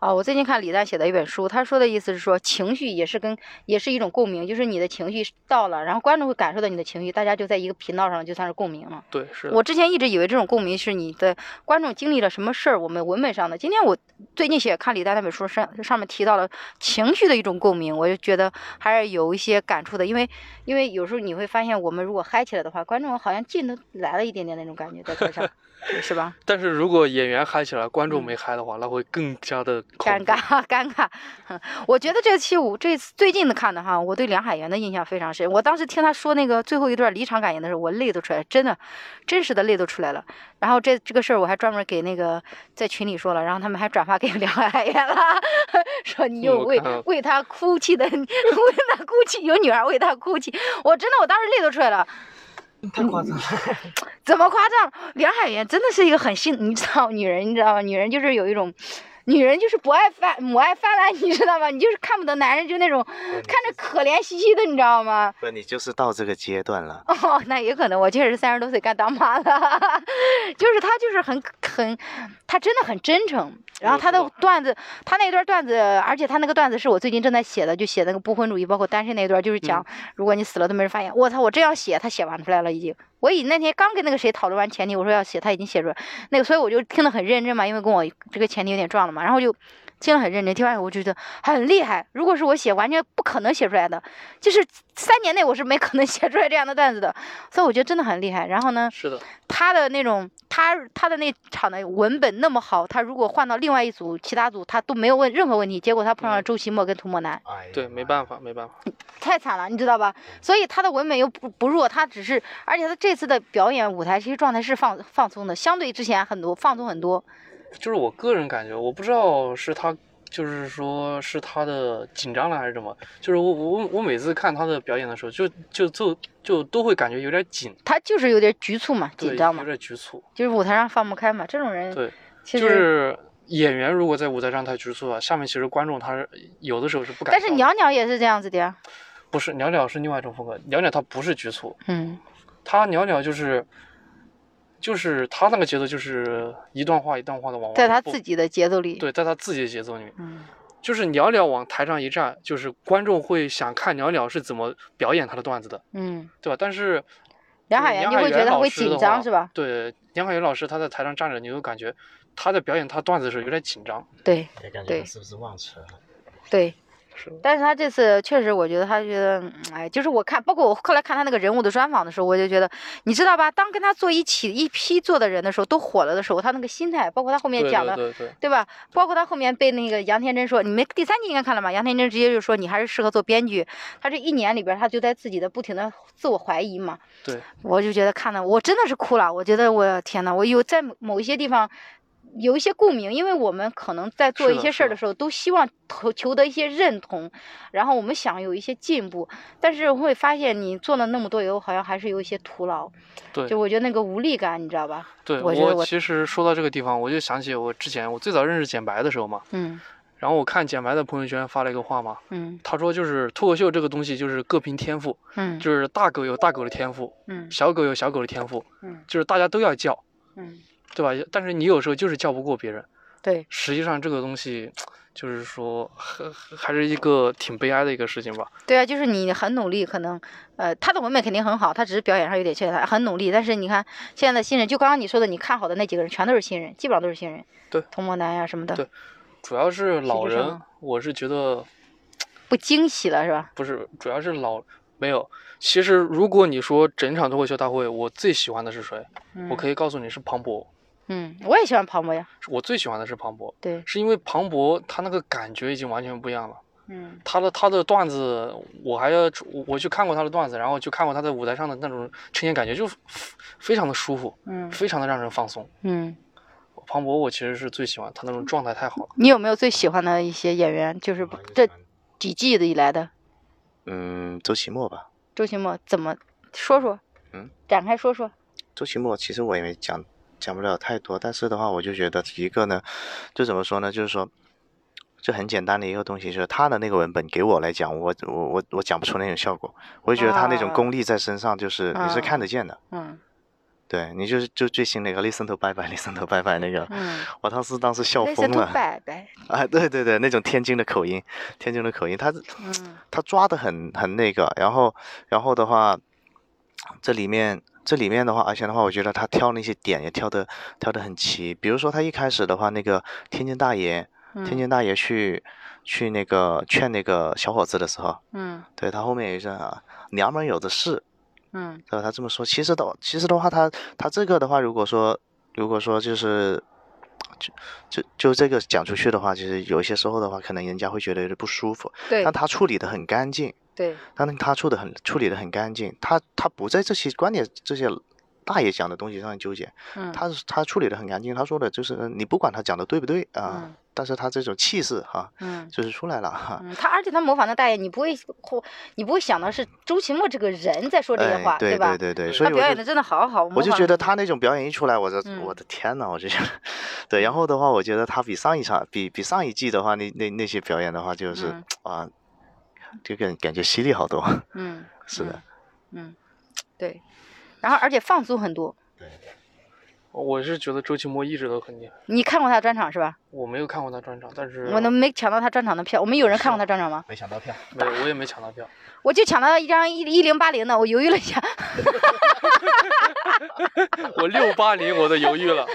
S1: 啊，我最近看李诞写的一本书，他说的意思是说，情绪也是跟也是一种共鸣，就是你的情绪到了，然后观众会感受到你的情绪，大家就在一个频道上，就算是共鸣了。
S3: 对，是的。
S1: 我之前一直以为这种共鸣是你的观众经历了什么事儿，我们文本上的。今天我最近写看李诞那本书上上面提到了情绪的一种共鸣，我就觉得还是有一些感触的，因为因为有时候你会发现，我们如果嗨起来的话，观众好像进得来了一点点那种感觉在台上，是吧？
S3: 但是如果演员嗨起来，观众没嗨的话，那会更加的
S1: 嗯 尴尬。， 尴尬。我觉得这期我这次最近的看的哈，我对梁海源的印象非常深。我当时听他说那个最后一段离场感言的时候，我泪都出来，真的，真实的泪都出来了。然后这这个事儿我还专门给那个在群里说了，然后他们还转发给 梁海源了，说你有
S3: 我
S1: 为
S3: 看到
S1: 为他哭泣的， 为他哭泣，有女孩为他哭泣。我真的，我当时泪都出来了。
S2: 太夸张了！
S1: 怎么夸张？梁海源真的是一个很性，你知道，女人，你知道吗？女人就是有一种，女人就是不爱泛母爱泛滥，你知道吗？你就是看不得男人就那种看着可怜兮兮的，你知道吗？
S4: 不，你就是到这个阶段了。
S1: 哦，那也可能，我确实三十多岁该当妈了， 就是她就是很很，她真的很真诚。然后她的段子，她那段段子，而且她那个段子是我最近正在写的，就写那个不婚主义，包括单身那一段，就是讲、如果你死了都没人发现。我操，我这样写，她写完出来了已经。我以那天刚跟那个谁讨论完前提，我说要写，她已经写出来，那个所以我就听得很认真嘛，因为跟我这个前提有点撞了嘛，然后就。听得很认真，听完以后我就觉得很厉害。如果是我写，完全不可能写出来的，就是三年内我是没可能写出来这样的段子的，所以我觉得真的很厉害。然后呢，
S3: 是的，
S1: 他的那种他他的那场的文本那么好，他如果换到另外一组其他组，他都没有问任何问题。结果他碰上了周奇墨跟涂墨南，
S4: 哎
S3: 对，没办法，没办法，
S1: 太惨了，你知道吧？所以他的文本又不不弱，他只是，而且他这次的表演舞台其实状态是放放松的，相对之前很多放松很多。
S3: 就是我个人感觉，我不知道是他，就是说是他的紧张了还是什么，就是我我我每次看他的表演的时候，就就就就都会感觉有点紧，
S1: 他就是有点局促嘛，
S3: 对，
S1: 紧张嘛
S3: 有，点局促，
S1: 就是舞台上放不开嘛。这种人
S3: 对，
S1: 其实
S3: 就是演员如果在舞台上太局促了，下面其实观众他是有的时候是不敢
S1: 但
S3: 笑的，
S1: 是袅袅也是这样子的呀，
S3: 不是袅袅是另外一种风格，袅袅她不是局促，
S1: 嗯，
S3: 她袅袅就是。就是她那个节奏，就是一段话一段话的往往
S1: 在他
S3: 后
S1: 自己的节奏里，
S3: 哦对，在她自己的节奏里面，
S1: 嗯，
S3: 就是袅袅往台上一站，就是观众会想看袅袅是怎么表演她的段子的，
S1: 嗯，
S3: 对吧？但是
S1: 梁海
S3: 就是
S1: 源就会觉得
S3: 老
S1: 会
S3: 师的
S1: 紧张
S3: 话
S1: 是吧？
S3: 对，梁海源老师他在台上站着，你会感觉他在表演他段子的时候有点紧张，
S1: 对
S5: 也感
S1: 对
S5: 觉他是不是忘词了？
S1: 对，
S3: 是
S1: 但是他这次确实，我觉得他觉得，嗯哎，就是我看，包括我后来看他那个人物的专访的时候，我就觉得，你知道吧？当跟他坐一起一批坐的人的时候，都火了的时候，他那个心态，包括他后面
S3: 对
S1: 讲
S3: 对
S1: 的，
S3: 对对，
S1: 对吧？包括他后面被那个杨天真说，你们第三集应该看了吧？杨天真直接就说你还是适合做编剧。他这一年里边儿，他就在自己的不停的自我怀疑嘛。
S3: 对，
S1: 我就觉得看的我真的是哭了，我觉得我天呐，我有在某某一些地方。有一些共鸣，因为我们可能在做
S3: 是
S1: 一
S3: 的
S1: 些事儿
S3: 是
S1: 的
S3: 的
S1: 时候，都希望求求得一些认同，然后我们想有一些进步，但是会发现你做了那么多以后，好像还是有一些徒劳。
S3: 对
S1: 就我觉得那个无力感，你知道吧？
S3: 对
S1: 我觉得我
S3: 其实说到这个地方，我就想起我之前我最早认识简白的时候嘛，
S1: 嗯
S3: 然后我看简白的朋友圈发了一个话嘛，
S1: 嗯
S3: 他说就是脱口秀这个东西就是各凭天赋，
S1: 嗯
S3: 就是大狗有大狗的天赋，
S1: 嗯
S3: 小狗有小狗的天赋，
S1: 嗯
S3: 就是大家都要叫，
S1: 嗯，
S3: 对吧？但是你有时候就是叫不过别人。
S1: 对，
S3: 实际上这个东西，就是说，还还是一个挺悲哀的一个事情吧。
S1: 对啊，就是你很努力，可能，呃，他的文本肯定很好，他只是表演上有点缺憾，很努力。但是你看现在的新人，就刚刚你说的，你看好的那几个人，全都是新人，基本上都是新人。
S3: 对
S1: 童漠男呀、什么的
S3: 对，主要是老
S1: 实际
S3: 人
S1: 上，
S3: 我是觉得
S1: 不惊喜了是吧？
S3: 不是，主要是老没有。其实如果你说整场脱口秀大会，我最喜欢的是谁？
S1: 嗯
S3: 我可以告诉你是庞博，
S1: 嗯，我也喜欢泡沫呀。
S3: 我最喜欢的是庞博，
S1: 对，
S3: 是因为庞博他那个感觉已经完全不一样了。
S1: 嗯
S3: 他的他的段子，我还要我我去看过他的段子，然后去看过他在舞台上的那种呈现感觉，就非非常的舒服，
S1: 嗯
S3: 非常的让人放松。
S1: 嗯，
S3: 庞博我其实是最喜欢他那种状态太好了，
S1: 你有没有最喜欢的一些演员？就是
S5: 我还是
S1: 这
S5: 喜欢
S1: 几季以来的
S4: 嗯，周奇墨吧，
S1: 周奇墨，怎么说说？
S4: 嗯，
S1: 展开说说。
S4: 周奇墨其实我也没讲讲不了太多，但是的话，我就觉得一个呢，就怎么说呢，就是说。这很简单的一个东西，就是他的那个文本给我来讲，我我我我讲不出那种效果，我就觉得他那种
S1: 啊
S4: 功力在身上，就是你
S1: 啊
S4: 是看得见的。
S1: 嗯
S4: 对你就是就最新那个 listen to bye bye listen to bye bye 那个，
S1: 嗯
S4: 我当时当时笑
S1: ，listen
S4: 疯
S1: to
S4: 了
S1: bye bye。
S4: 啊！对对对，那种天津的口音，天津的口音，他
S1: 嗯
S4: 他抓的很很那个，然后然后的话，这里面这里面的话，而且的话，我觉得他挑那些点也挑的挑的很齐，比如说他一开始的话，那个天津大爷，天津大爷去去那个劝那个小伙子的时候，
S1: 嗯
S4: 对他后面有一声啊，娘们儿有的是，
S1: 嗯
S4: 对呃他这么说，其实的，其实的话，他他这个的话，如果说如果说就是，就就就这个讲出去的话，其实有一些时候的话，可能人家会觉得有点不舒服，
S1: 对
S4: 但他处理的很干净，
S1: 对，
S4: 但他处的很处理的很干净，他他不在这些观点这些大爷讲的东西上纠结，
S1: 嗯
S4: 呃他是他处理的很干净，他说的就是你不管他讲的对不对啊、
S1: 嗯
S4: 但是他这种气势哈，
S1: 嗯
S4: 就是出来了哈。
S1: 嗯，他而且他模仿的大爷，你不会或你不会想到是周奇墨这个人在说这些
S4: 哎
S1: 话，，
S4: 对
S1: 吧？
S4: 对对，
S2: 对
S4: 所以
S1: 他
S4: 我
S1: 表演
S4: 就
S1: 的真的好好，模
S4: 我就
S1: 仿
S4: 觉
S1: 得
S4: 得他那种表演一出来，我这、
S1: 嗯
S4: 我的天呐，我就觉得，对。然后的话，我觉得他比上一场，比比上一季的话，那那那些表演的话，就是、
S1: 嗯
S4: 啊，就感感觉犀利好多。
S1: 嗯，
S4: 是的，
S1: 嗯，嗯，对，然后而且放松很多。
S3: 我是觉得周奇墨一直都很厉害，
S1: 你看过他专场是吧？
S3: 我没有看过他专场，但是
S1: 我能没抢到他专场的票？我们有人看过他专场吗？
S4: 没抢到票，
S3: 没有，我也没抢到票。
S1: 我就抢到一张一一零八零的，我犹豫了一下，
S3: 我六八零我都犹豫了，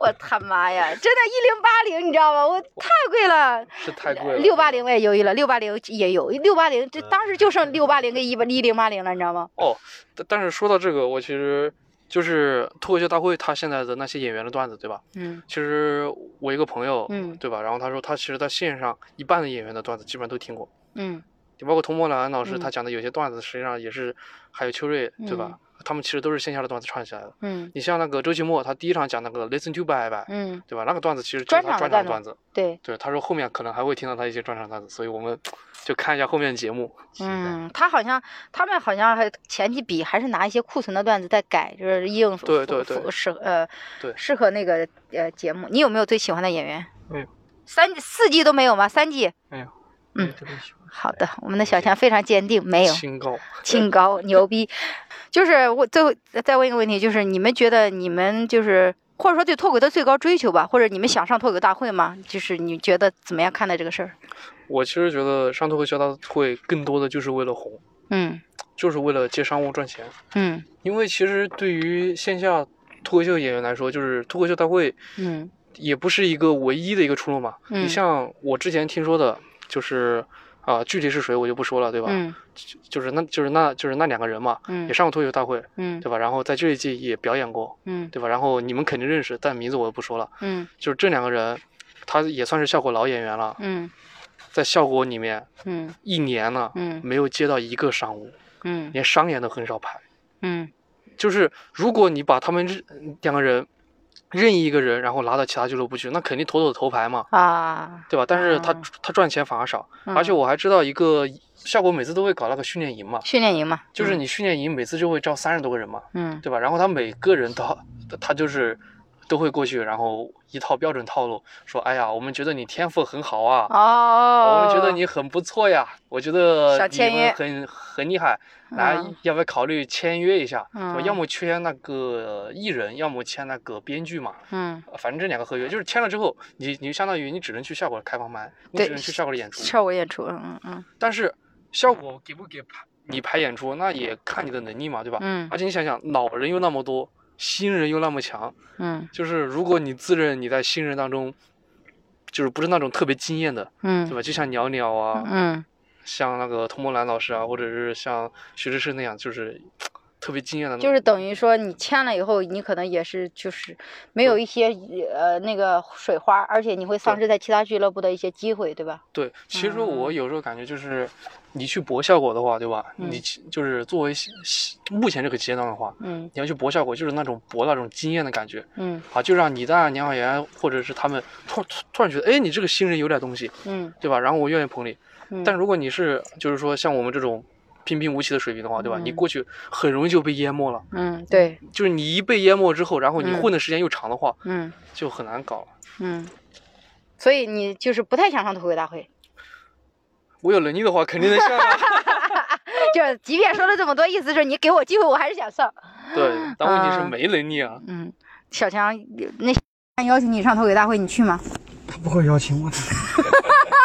S1: 我他妈呀，真的，一零八零你知道吗？我太贵了。
S3: 是太贵了。
S1: 六八零我也犹豫了，六八零也有，六八零这当时就剩六八零跟一八一零八零了，你知道吗？
S3: 哦，但但是说到这个，我其实就是脱口秀大会他现在的那些演员的段子，对吧？
S1: 嗯
S3: 其实我一个朋友，
S1: 嗯
S3: 对吧？然后他说他其实在线上一半的演员的段子基本上都听过，
S1: 嗯
S3: 就包括童墨兰老师
S1: 嗯
S3: 他讲的有些段子，实际上也是还有秋瑞，对吧？他们其实都是线下的段子串起来的。
S1: 嗯
S3: 你像那个周奇墨，他第一场讲那个 Listen to Bye Bye，
S1: 嗯，
S3: 对吧？那个段子其实就是他
S1: 专场
S3: 专场
S1: 的
S3: 的段子。
S1: 对，
S3: 对，他说后面可能还会听到他一些专场段子，所以我们就看一下后面的节目。
S1: 嗯，他好像他们好像还前期比还是拿一些库存的段子在改，就是应付
S3: 对对
S1: 符
S3: 对
S1: 符适呃
S3: 对
S1: 适合那个呃节目。你有没有最喜欢的演员？
S2: 没有，
S1: 三四季都没有吗？三季。
S2: 没有，
S1: 嗯
S2: 没特别喜欢。
S1: 好的，我们的小强非常坚定，没有。
S3: 清高，
S1: 清高牛逼。就是我最后再问一个问题，就是你们觉得你们就是或者说对脱轨的最高追求吧，或者你们想上脱轨大会吗？就是你觉得怎么样看待这个事儿？
S3: 我其实觉得上脱口秀大会更多的就是为了红，
S1: 嗯
S3: 就是为了接商务赚钱。
S1: 嗯
S3: 因为其实对于线下脱口秀演员来说，就是脱口秀大会
S1: 嗯
S3: 也不是一个唯一的一个出路嘛。
S1: 嗯
S3: 你像我之前听说的，就是啊、具体是谁我就不说了，对吧？
S1: 嗯
S3: 就就是那就是那就是那两个人嘛，
S1: 嗯
S3: 也上过脱口秀大会，
S1: 嗯
S3: 对吧？然后在这一季也表演过，
S1: 嗯
S3: 对吧？然后你们肯定认识，但名字我就不说了。
S1: 嗯
S3: 就是这两个人，他也算是效果老演员了，
S1: 嗯
S3: 在效果里面
S1: 嗯
S3: 一年了，
S1: 嗯
S3: 啊没有接到一个商务，
S1: 嗯
S3: 连商演都很少排。
S1: 嗯
S3: 就是如果你把他们任两个人任意一个人，然后拉到其他俱乐部去，那肯定妥妥的头牌嘛，
S1: 啊，
S3: 对吧？但是他、
S1: 嗯
S3: 他赚钱反而少，
S1: 嗯
S3: 而且我还知道一个效果每次都会搞那个训练营嘛，
S1: 训练营嘛，
S3: 就是你训练营每次就会招三十多个人嘛，
S1: 嗯
S3: 对吧？然后他每个人都他就是。都会过去，然后一套标准套路，说：“哎呀，我们觉得你天赋很好啊，
S1: 哦，
S3: 我们觉得你很不错呀，我觉得
S1: 想
S3: 你
S1: 签
S3: 们
S1: 约
S3: 很很厉害，来、
S1: 嗯
S3: 要不要考虑签约一下？对吧
S1: 嗯
S3: 要么签那个艺人，要么签那个编剧嘛，
S1: 嗯
S3: 反正这两个合约就是签了之后，你你相当于你只能去效果开放麦，你
S1: 对
S3: 只能去效果的演出，
S1: 效果演出，嗯嗯
S3: 但是效果给不给排你排演出，那也看你的能力嘛，对吧？
S1: 嗯
S3: 而且你想想，老人又那么多，新人又那么强，
S1: 嗯
S3: 就是如果你自认你在新人当中，就是不是那种特别惊艳的，对
S1: 嗯
S3: 吧？就像袅袅啊，
S1: 嗯
S3: 像那个童梦兰老师啊，或者是像徐志胜那样，就是特别惊艳的那种。
S1: 就是等于说你签了以后，你可能也是就是没有一些呃那个水花，而且你会丧失在其他俱乐部的一些机会，对吧？
S3: 对，其实我有时候感觉就是，你去博效果的话，对吧？
S1: 嗯
S3: 你其就是作为西西目前这个阶段的话，
S1: 嗯
S3: 你要去博效果，就是那种博那种惊艳的感觉
S1: 嗯
S3: 啊，就让你的年小岩或者是他们突突突然觉得，哎，你这个新人有点东西，
S1: 嗯
S3: 对吧？然后我愿意捧你。
S1: 嗯，
S3: 但如果你是就是说像我们这种平平无奇的水平的话，对吧？你
S1: 嗯
S3: 过去很容易就被淹没了，
S1: 嗯对
S3: 就是你一被淹没之后，然后你
S1: 嗯
S3: 混的时间又长的话，
S1: 嗯
S3: 就很难搞了。
S1: 嗯，所以你就是不太想上脱口大会，
S3: 我有能力的话，肯定能上 啊。
S1: 就是即便说了这么多，意思是你给我机会，我还是想上。
S3: 对，但问题是
S1: 啊
S3: 没能力啊。
S1: 嗯，小强那邀请你上脱口大会，你去吗？
S2: 他不会邀请我的。 大家都不有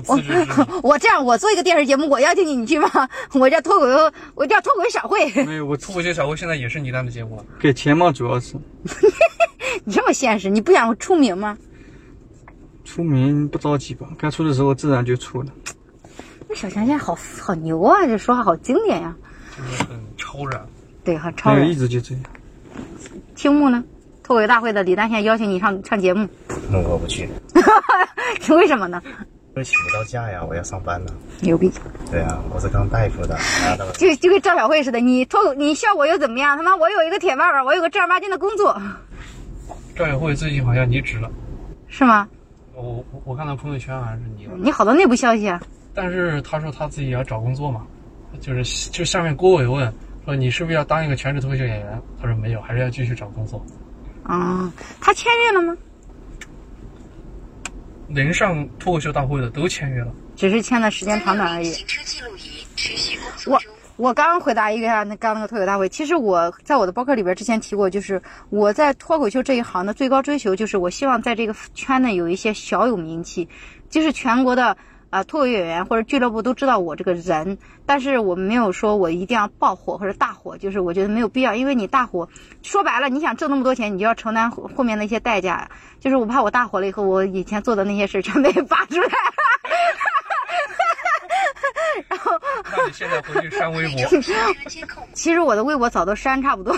S2: 自知之明
S1: 我 这样，我做一个电视节目，我邀请你，你去吗？ 我叫脱口秀，我叫脱口小会。
S3: 没有， 我脱口秀小会现在也是你单的节目啊。
S2: 给钱嘛，主要是
S1: 你这么现实，你不想出名吗？
S2: 出名不着急吧，该出的时候自然就出了。
S1: 那小强现在好好牛啊，这说话好经典呀、
S3: 就是很超然。
S1: 对，好超
S2: 还有一
S1: 人。
S2: 直就这样，
S1: 青木呢？脱口秀大会的李诞现在邀请你上上节目，
S4: 我不去，
S1: 为什么呢？
S4: 我请不到假呀，我要上班呢。
S1: 牛逼，
S4: 对啊，我是当大夫的，啊，那么
S1: 就就跟赵小慧似的，你脱口你效果又怎么啊样？他妈，我有一个铁饭碗，我有个正儿八经的工作，
S3: 赵小慧最近好像离职了，
S1: 是吗？
S3: 我我我看到朋友圈还是你
S1: 你好多内部消息啊。
S3: 但是他说他自己要找工作嘛，就是就下面郭伟问说你是不是要当一个全职脱口秀演员？他说没有，还是要继续找工作。
S1: 啊、他签约了吗？
S3: 能上脱口秀大会的都签约了。
S1: 只是签的时间长短而已。
S5: 车记录仪持续工
S1: 我
S5: 作中。
S1: 我刚回答一个呀，那刚那个脱口大会，其实我在我的博客里边之前提过，就是我在脱口秀这一行的最高追求，就是我希望在这个圈内有一些小有名气，就是全国的啊、呃脱口演员或者俱乐部都知道我这个人，但是我没有说我一定要爆火或者大火，就是我觉得没有必要，因为你大火，说白了，你想挣那么多钱，你就要承担后后面的一些代价，就是我怕我大火了以后，我以前做的那些事儿全被 扒出来。
S3: 那你现在回去删微博，
S5: 车监控
S1: 其实我的微博早都删差不多，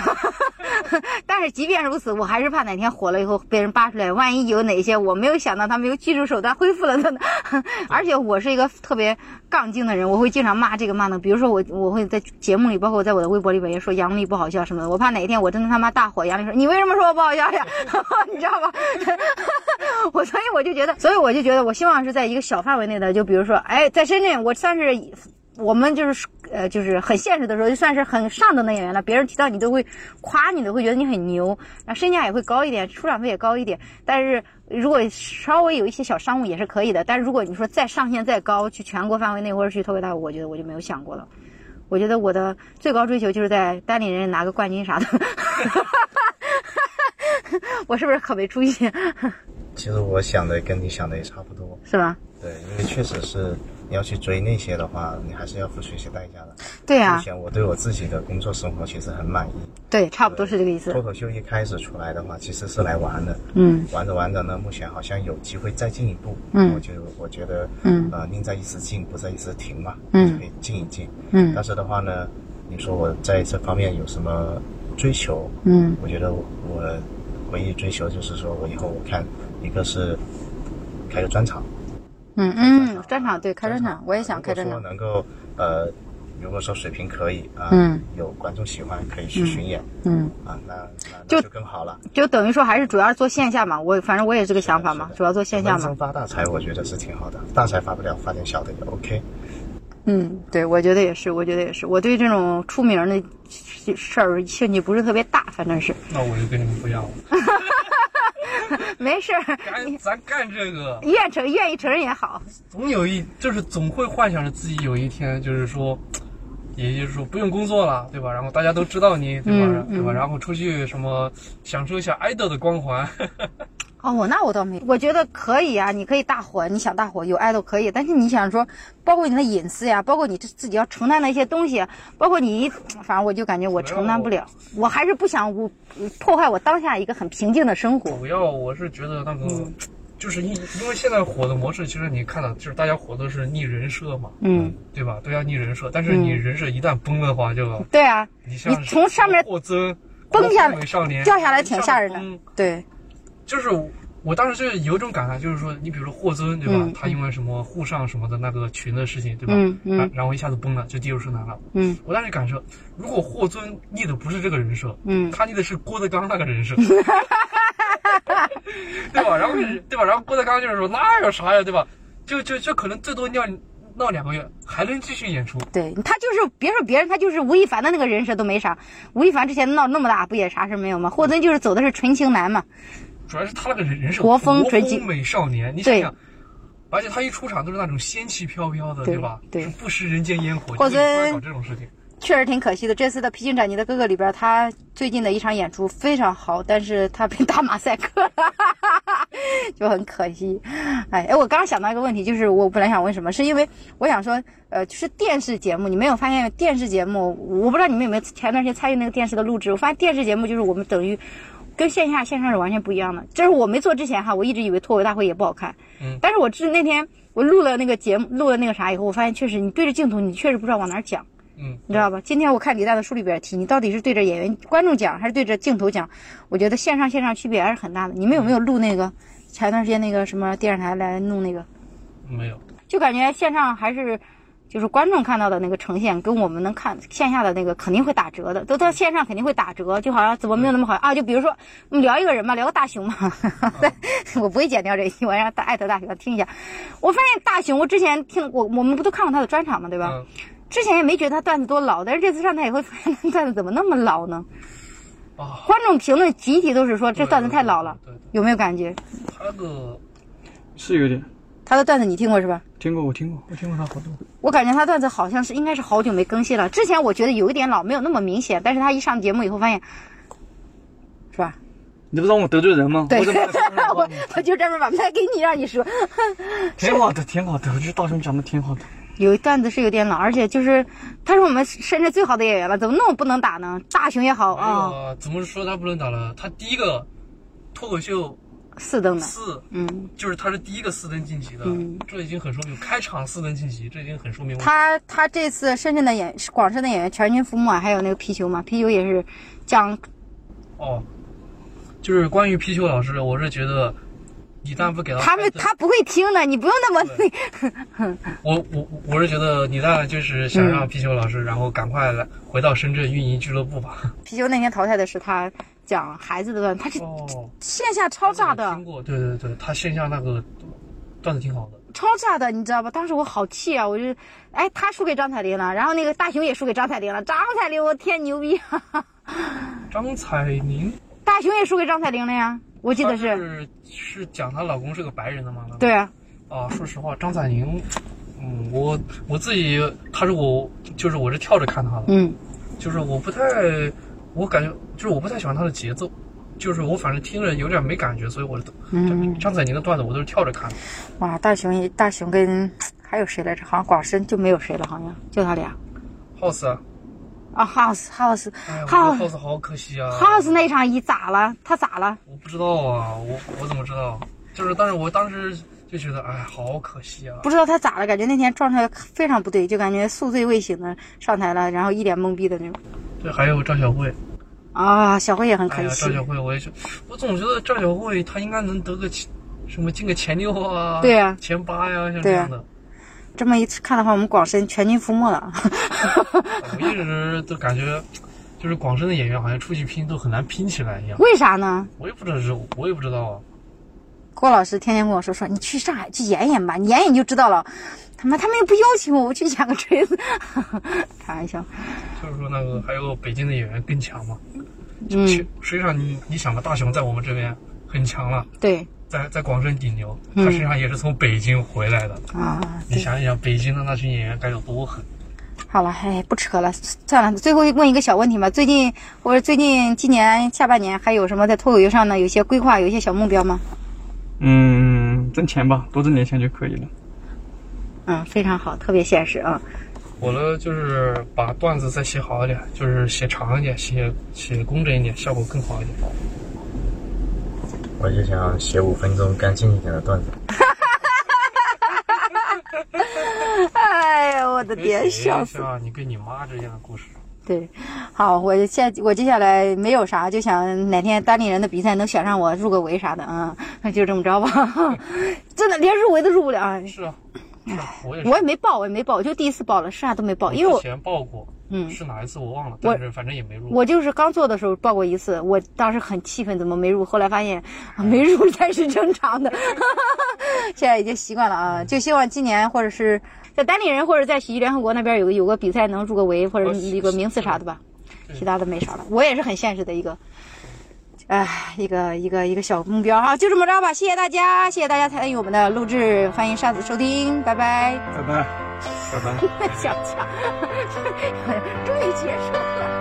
S1: 但是即便如此，我还是怕哪天火了以后被人扒出来，万一有哪些我没有想到他们用技术手段恢复了的呢？ 而且我是一个特别杠精的人，我会经常骂这个骂那个。比如说我我会在节目里，包括我在我的微博里边也说杨笠不好笑什么的。我怕哪一天我真的他妈大火，杨笠说你为什么说我不好笑 呀？你知道吗？我所以我就觉得，所以我就觉得，我希望是在一个小范围内的，就比如说，哎，在深圳，我算是我们就是呃，就是很现实的时候，就算是很上等的演员了，别人提到你都会夸你，都会觉得你很牛，那身价也会高一点，出场费也高一点。但是如果稍微有一些小商务也是可以的，但是如果你说再上限再高，去全国范围内或者去脱口大会，我觉得我就没有想过了。 我觉得我的最高追求就是在单立人拿个冠军啥的。 我是不是很没出息？
S4: 其实我想的跟你想的也差不多，
S1: 是吧？
S4: 对，因为确实是你要去追那些的话，你还是要付出一些代价的。
S1: 对啊呀、
S4: 目前我对我自己的工作生活其实很满意。
S1: 对，差不多是这个意
S4: 脱
S1: 思。
S4: 口秀一开始出来的话，其实是来玩的，
S1: 嗯
S4: 玩着玩着呢，目前好像有机会再进一步。
S1: 嗯
S4: 我就我觉得，
S1: 嗯
S4: 呃，宁在一时进，不在一时停嘛，
S1: 嗯
S4: 就可以进一进。
S1: 嗯
S4: 但是的话呢，你说我在这方面有什么追求？
S1: 嗯
S4: 我觉得我我唯一追求就是说我以后我看一个是开个专场，
S1: 嗯嗯，专场对，开专场，我也想
S4: 如
S1: 开
S4: 果
S1: 专
S4: 说
S1: 场。
S4: 能够呃，如果说水平可以啊，
S1: 嗯，
S4: 有观众喜欢可以去巡演
S1: 嗯。
S4: 啊，那那
S1: 就
S4: 那就更好了。
S1: 就等于说还是主要做线下嘛，我反正我也这个想法嘛
S4: 是，的
S1: 主要做线下
S4: 闷
S1: 嘛
S4: 声。发大财，我觉得是挺好的。大财发不了，发点小的也 OK。
S1: 嗯，对，我觉得也是，我觉得也是，我对这种出名的事儿兴趣不是特别大，反正是
S3: 那我就跟你们不一样了。
S1: 没事儿，
S3: 干咱干这个，
S1: 愿承愿意承认也好。
S3: 总有一就是总会幻想着自己有一天就是说，也就是说不用工作了，对吧？然后大家都知道你，对吧？
S1: 嗯嗯
S3: 对吧？然后出去什么享受一下 idol 的光环。
S1: 哦，我那我倒没，我觉得可以啊，你可以大火，你想大火有爱豆可以，但是你想说，包括你的隐私呀，包括你这自己要承担的一些东西，包括你一，反正我就感觉我承担不了，我还是不想我破坏我当下一个很平静的生活。
S3: 主要我是觉得那个，
S1: 嗯
S3: 就是因因为现在火的模式，其实你看到就是大家火都是逆人设嘛，
S1: 嗯，
S3: 对吧？都要逆人设，但是你
S1: 嗯
S3: 人设一旦崩的话，就
S1: 对啊，
S3: 你像
S1: 你从上面
S3: 霍尊
S1: 崩下来
S3: 来，少年
S1: 掉下来挺吓人的
S3: 一下崩
S1: 对，
S3: 就是我当时就是有一种感慨，就是说，你比如说霍尊，对吧？
S1: 嗯
S3: 他因为什么沪上什么的那个群的事情，对吧？
S1: 嗯
S3: 然
S1: 嗯
S3: 然后一下子崩了，就跌入深潭了。
S1: 嗯
S3: 我当时感受，如果霍尊立的不是这个人设，
S1: 嗯
S3: 他立的是郭德纲那个人 设，对吧？然后对吧？然后郭德纲就是说那有啥呀，对吧？就就就可能最多尿闹两个月，还能继续演出。
S1: 对他就是别说别人，他就是吴亦凡的那个人设都没啥。吴亦凡之前闹那么大，不也啥事没有吗？霍尊就是走的是纯情男嘛。
S3: 主要是他那个人人设
S1: 国风
S3: 国
S1: 追击
S3: 风美少年，你想
S1: 对
S3: 想，而且他一出场都是那种仙气飘飘的，
S1: 对
S3: 吧？
S1: 对
S3: 就是不食人间烟火，
S1: 霍
S3: 就是一般
S1: 尊
S3: 搞这种事情。
S1: 确实挺可惜的。这次的《披荆斩棘的哥哥》里边，他最近的一场演出非常好，但是他被大马赛克了， 就很可惜。哎，哎，我刚刚想到一个问题，就是我本来想问什么，是因为我想说，呃，就是电视节目，你没有发现电视节目，我不知道你们有没有前段时间参与那个电视的录制，我发现电视节目就是我们等于。跟线下线上是完全不一样的。就是我没做之前哈，我一直以为脱口大会也不好看，
S3: 嗯
S1: 但是我是那天我录了那个节目，录了那个啥以后，我发现确实你对着镜头，你确实不知道往哪儿讲。
S3: 嗯，
S1: 你知道吧？今天我看李诞的书里边提，你到底是对着演员、观众讲，还是对着镜头讲？我觉得线上线上区别还是很大的。你们有没有录那个前段时间那个什么电视台来弄那个？
S3: 没有，
S1: 就感觉线上还是就是观众看到的那个呈现，跟我们能看线下的那个肯定会打折的，都到线上肯定会打折，就好像怎么没有那么
S2: 嗯
S1: 好啊？就比如说我们聊一个人嘛，聊个大熊嘛，
S2: 啊
S1: 我不会剪掉这一期，我让大艾特大熊听一下。我发现大熊，我之前听我我们不都看过他的专场嘛，对吧？
S2: 嗯
S1: 之前也没觉得他段子多老，但是这次上台以后，发现他段子怎么那么老呢？
S2: 啊，
S1: 观众评论集体都是说这段子太老了，
S2: 对，对
S1: 有没有感觉？
S2: 对他个是有点
S1: 他的段子你听过是吧？
S2: 听过，我听过，我听过他活动。
S1: 我感觉他段子好像是应该是好久没更新了。之前我觉得有一点老，没有那么明显，但是他一上节目以后发现，是 吧？
S2: 你不让我得罪人吗？
S1: 对
S2: 我怎么
S1: 我我就专门把麦给你，让你说。
S2: 挺好的，挺好的，我觉得大雄讲的挺好的。
S1: 有一段子是有点老，而且就是他是我们深圳最好的演员了，怎么那么不能打呢？大熊也好啊、
S3: 啊，怎么说他不能打了？他第一个脱口秀
S1: 四等的，
S3: 四，
S1: 嗯，
S3: 就是他是第一个四登晋级的，
S1: 嗯
S3: 这已经很说明，开场四登晋级，这已经很说明问题。
S1: 他他这次深圳的演广深的演员全军覆没，啊还有那个皮球嘛，皮球也是讲
S3: 哦，就是关于皮球老师，我是觉得，你但不给他
S1: 他们
S3: 开灯
S1: 他不会听的，你不用那么那
S3: 对我我我我是觉得你大就是想
S1: 嗯
S3: 让皮球老师，然后赶快来回到深圳运营俱乐部吧。
S1: 皮球那天淘汰的是他讲孩子的段，他是
S3: 哦，
S1: 线下超炸的
S3: 听，过，对对对，他线下那个段子挺好的。
S1: 超炸的，你知道吧？当时我好气啊！我就，哎，他输给张彩玲了，然后那个大熊也输给张彩玲了，张彩玲我天牛逼，哈哈
S3: 张彩宁，
S1: 大熊也输给张彩玲了呀，我记
S3: 她
S1: 得是，
S3: 是是讲她老公是个白人的吗？
S1: 对啊，
S3: 啊，说实话，张彩宁，嗯，我我自己，她是我，就是我是跳着看她的，
S1: 嗯，
S3: 就是我不太，我感觉就是我不太喜欢她的节奏，就是我反正听着有点没感觉，所以我都
S1: 嗯
S3: 张彩宁的段子我都是跳着看的。
S1: 哇，大熊也大熊跟还有谁来着？好像广深就没有谁了，好像就他俩
S3: House 啊，
S1: 啊，House House
S3: 哎呀，我
S1: 好
S3: 觉得 House 好可惜啊
S1: House 那场一咋了？他咋了？
S3: 我不知道啊，我我怎么知道？就是，但是我当时就觉得，哎，好可惜啊。
S1: 不知道他咋了，感觉那天状态非常不对，就感觉宿醉未醒的上台了，然后一脸懵逼的那种。
S3: 对，还有赵小慧，
S1: 啊，小慧也很
S3: 哎
S1: 可
S3: 呀，
S1: 惜
S3: 赵。小慧，我也是，我总觉得赵小慧她应该能得个前什么进个前六啊，
S1: 对啊
S3: 前八呀、像这样的。
S1: 这么一看的话，我们广深全军覆没了。
S3: 哎我一直都感觉，就是广深的演员好像出去拼都很难拼起来一样。
S1: 为啥呢？
S3: 我也不知道是，我也不知道啊。
S1: 郭老师天天跟我说说，你去上海去演演吧，你演演就知道了。他妈，他们又不邀请我，我去演个锤子， 开玩笑。
S3: 就是说那个还有北京的演员更强嘛。
S1: 嗯
S3: 实，实际上你你想吧，大熊在我们这边很强了。
S1: 嗯对
S3: 在在广深顶流，
S1: 嗯
S3: 他实际上也是从北京回来的。
S1: 啊，
S3: 你
S1: 对，
S3: 想一想，北京的那群演员该有多狠？
S1: 好了，哎，不扯了，算了。最后问一个小问题吧，最近或者最近今年下半年还有什么在脱口秀上呢？有一些规划，有一些小目标吗？
S2: 嗯，挣钱吧，多挣点钱就可以了。
S1: 嗯，非常好，特别现实啊。
S3: 我呢，就是把段子再写好一点，就是写长一点，写写工整一点，效果更好一点。
S6: 我就想写五分钟干净一点的段子。
S1: 哎呦，我的天，笑死！
S3: 啊！你跟你妈之间的故事，
S1: 对，好，我下我接下来没有啥，就想哪天单立人的比赛能选上我入个围啥的啊、嗯，那就这么着吧。 真的连入围都入不了，哎
S3: 是啊，是啊，我也
S1: 嗯
S3: 是。
S1: 我也没报，我也没报，我就第一次报了，啥都没报，因为
S3: 我
S1: 我
S3: 之前报过，
S1: 嗯
S3: 是哪一次我忘了，
S1: 我
S3: 但是反正也没入。
S1: 我就是刚做的时候报过一次，我当时很气愤，怎么没入？后来发现、啊、没入才是正常的， 现在已经习惯了啊。就希望今年或者是在单立人或者在喜剧联合国那边有个有个比赛能入个围或者
S3: 哦是
S1: 有个名次啥的吧，
S3: 是
S1: 其他的没啥了。我也是很现实的一个。哎，一个一个一个小目标啊，就这么着吧，谢谢大家，谢谢大家参与我们的录制，欢迎下次收听，拜拜。
S2: 拜拜，拜拜。
S1: 小强，终于结束了。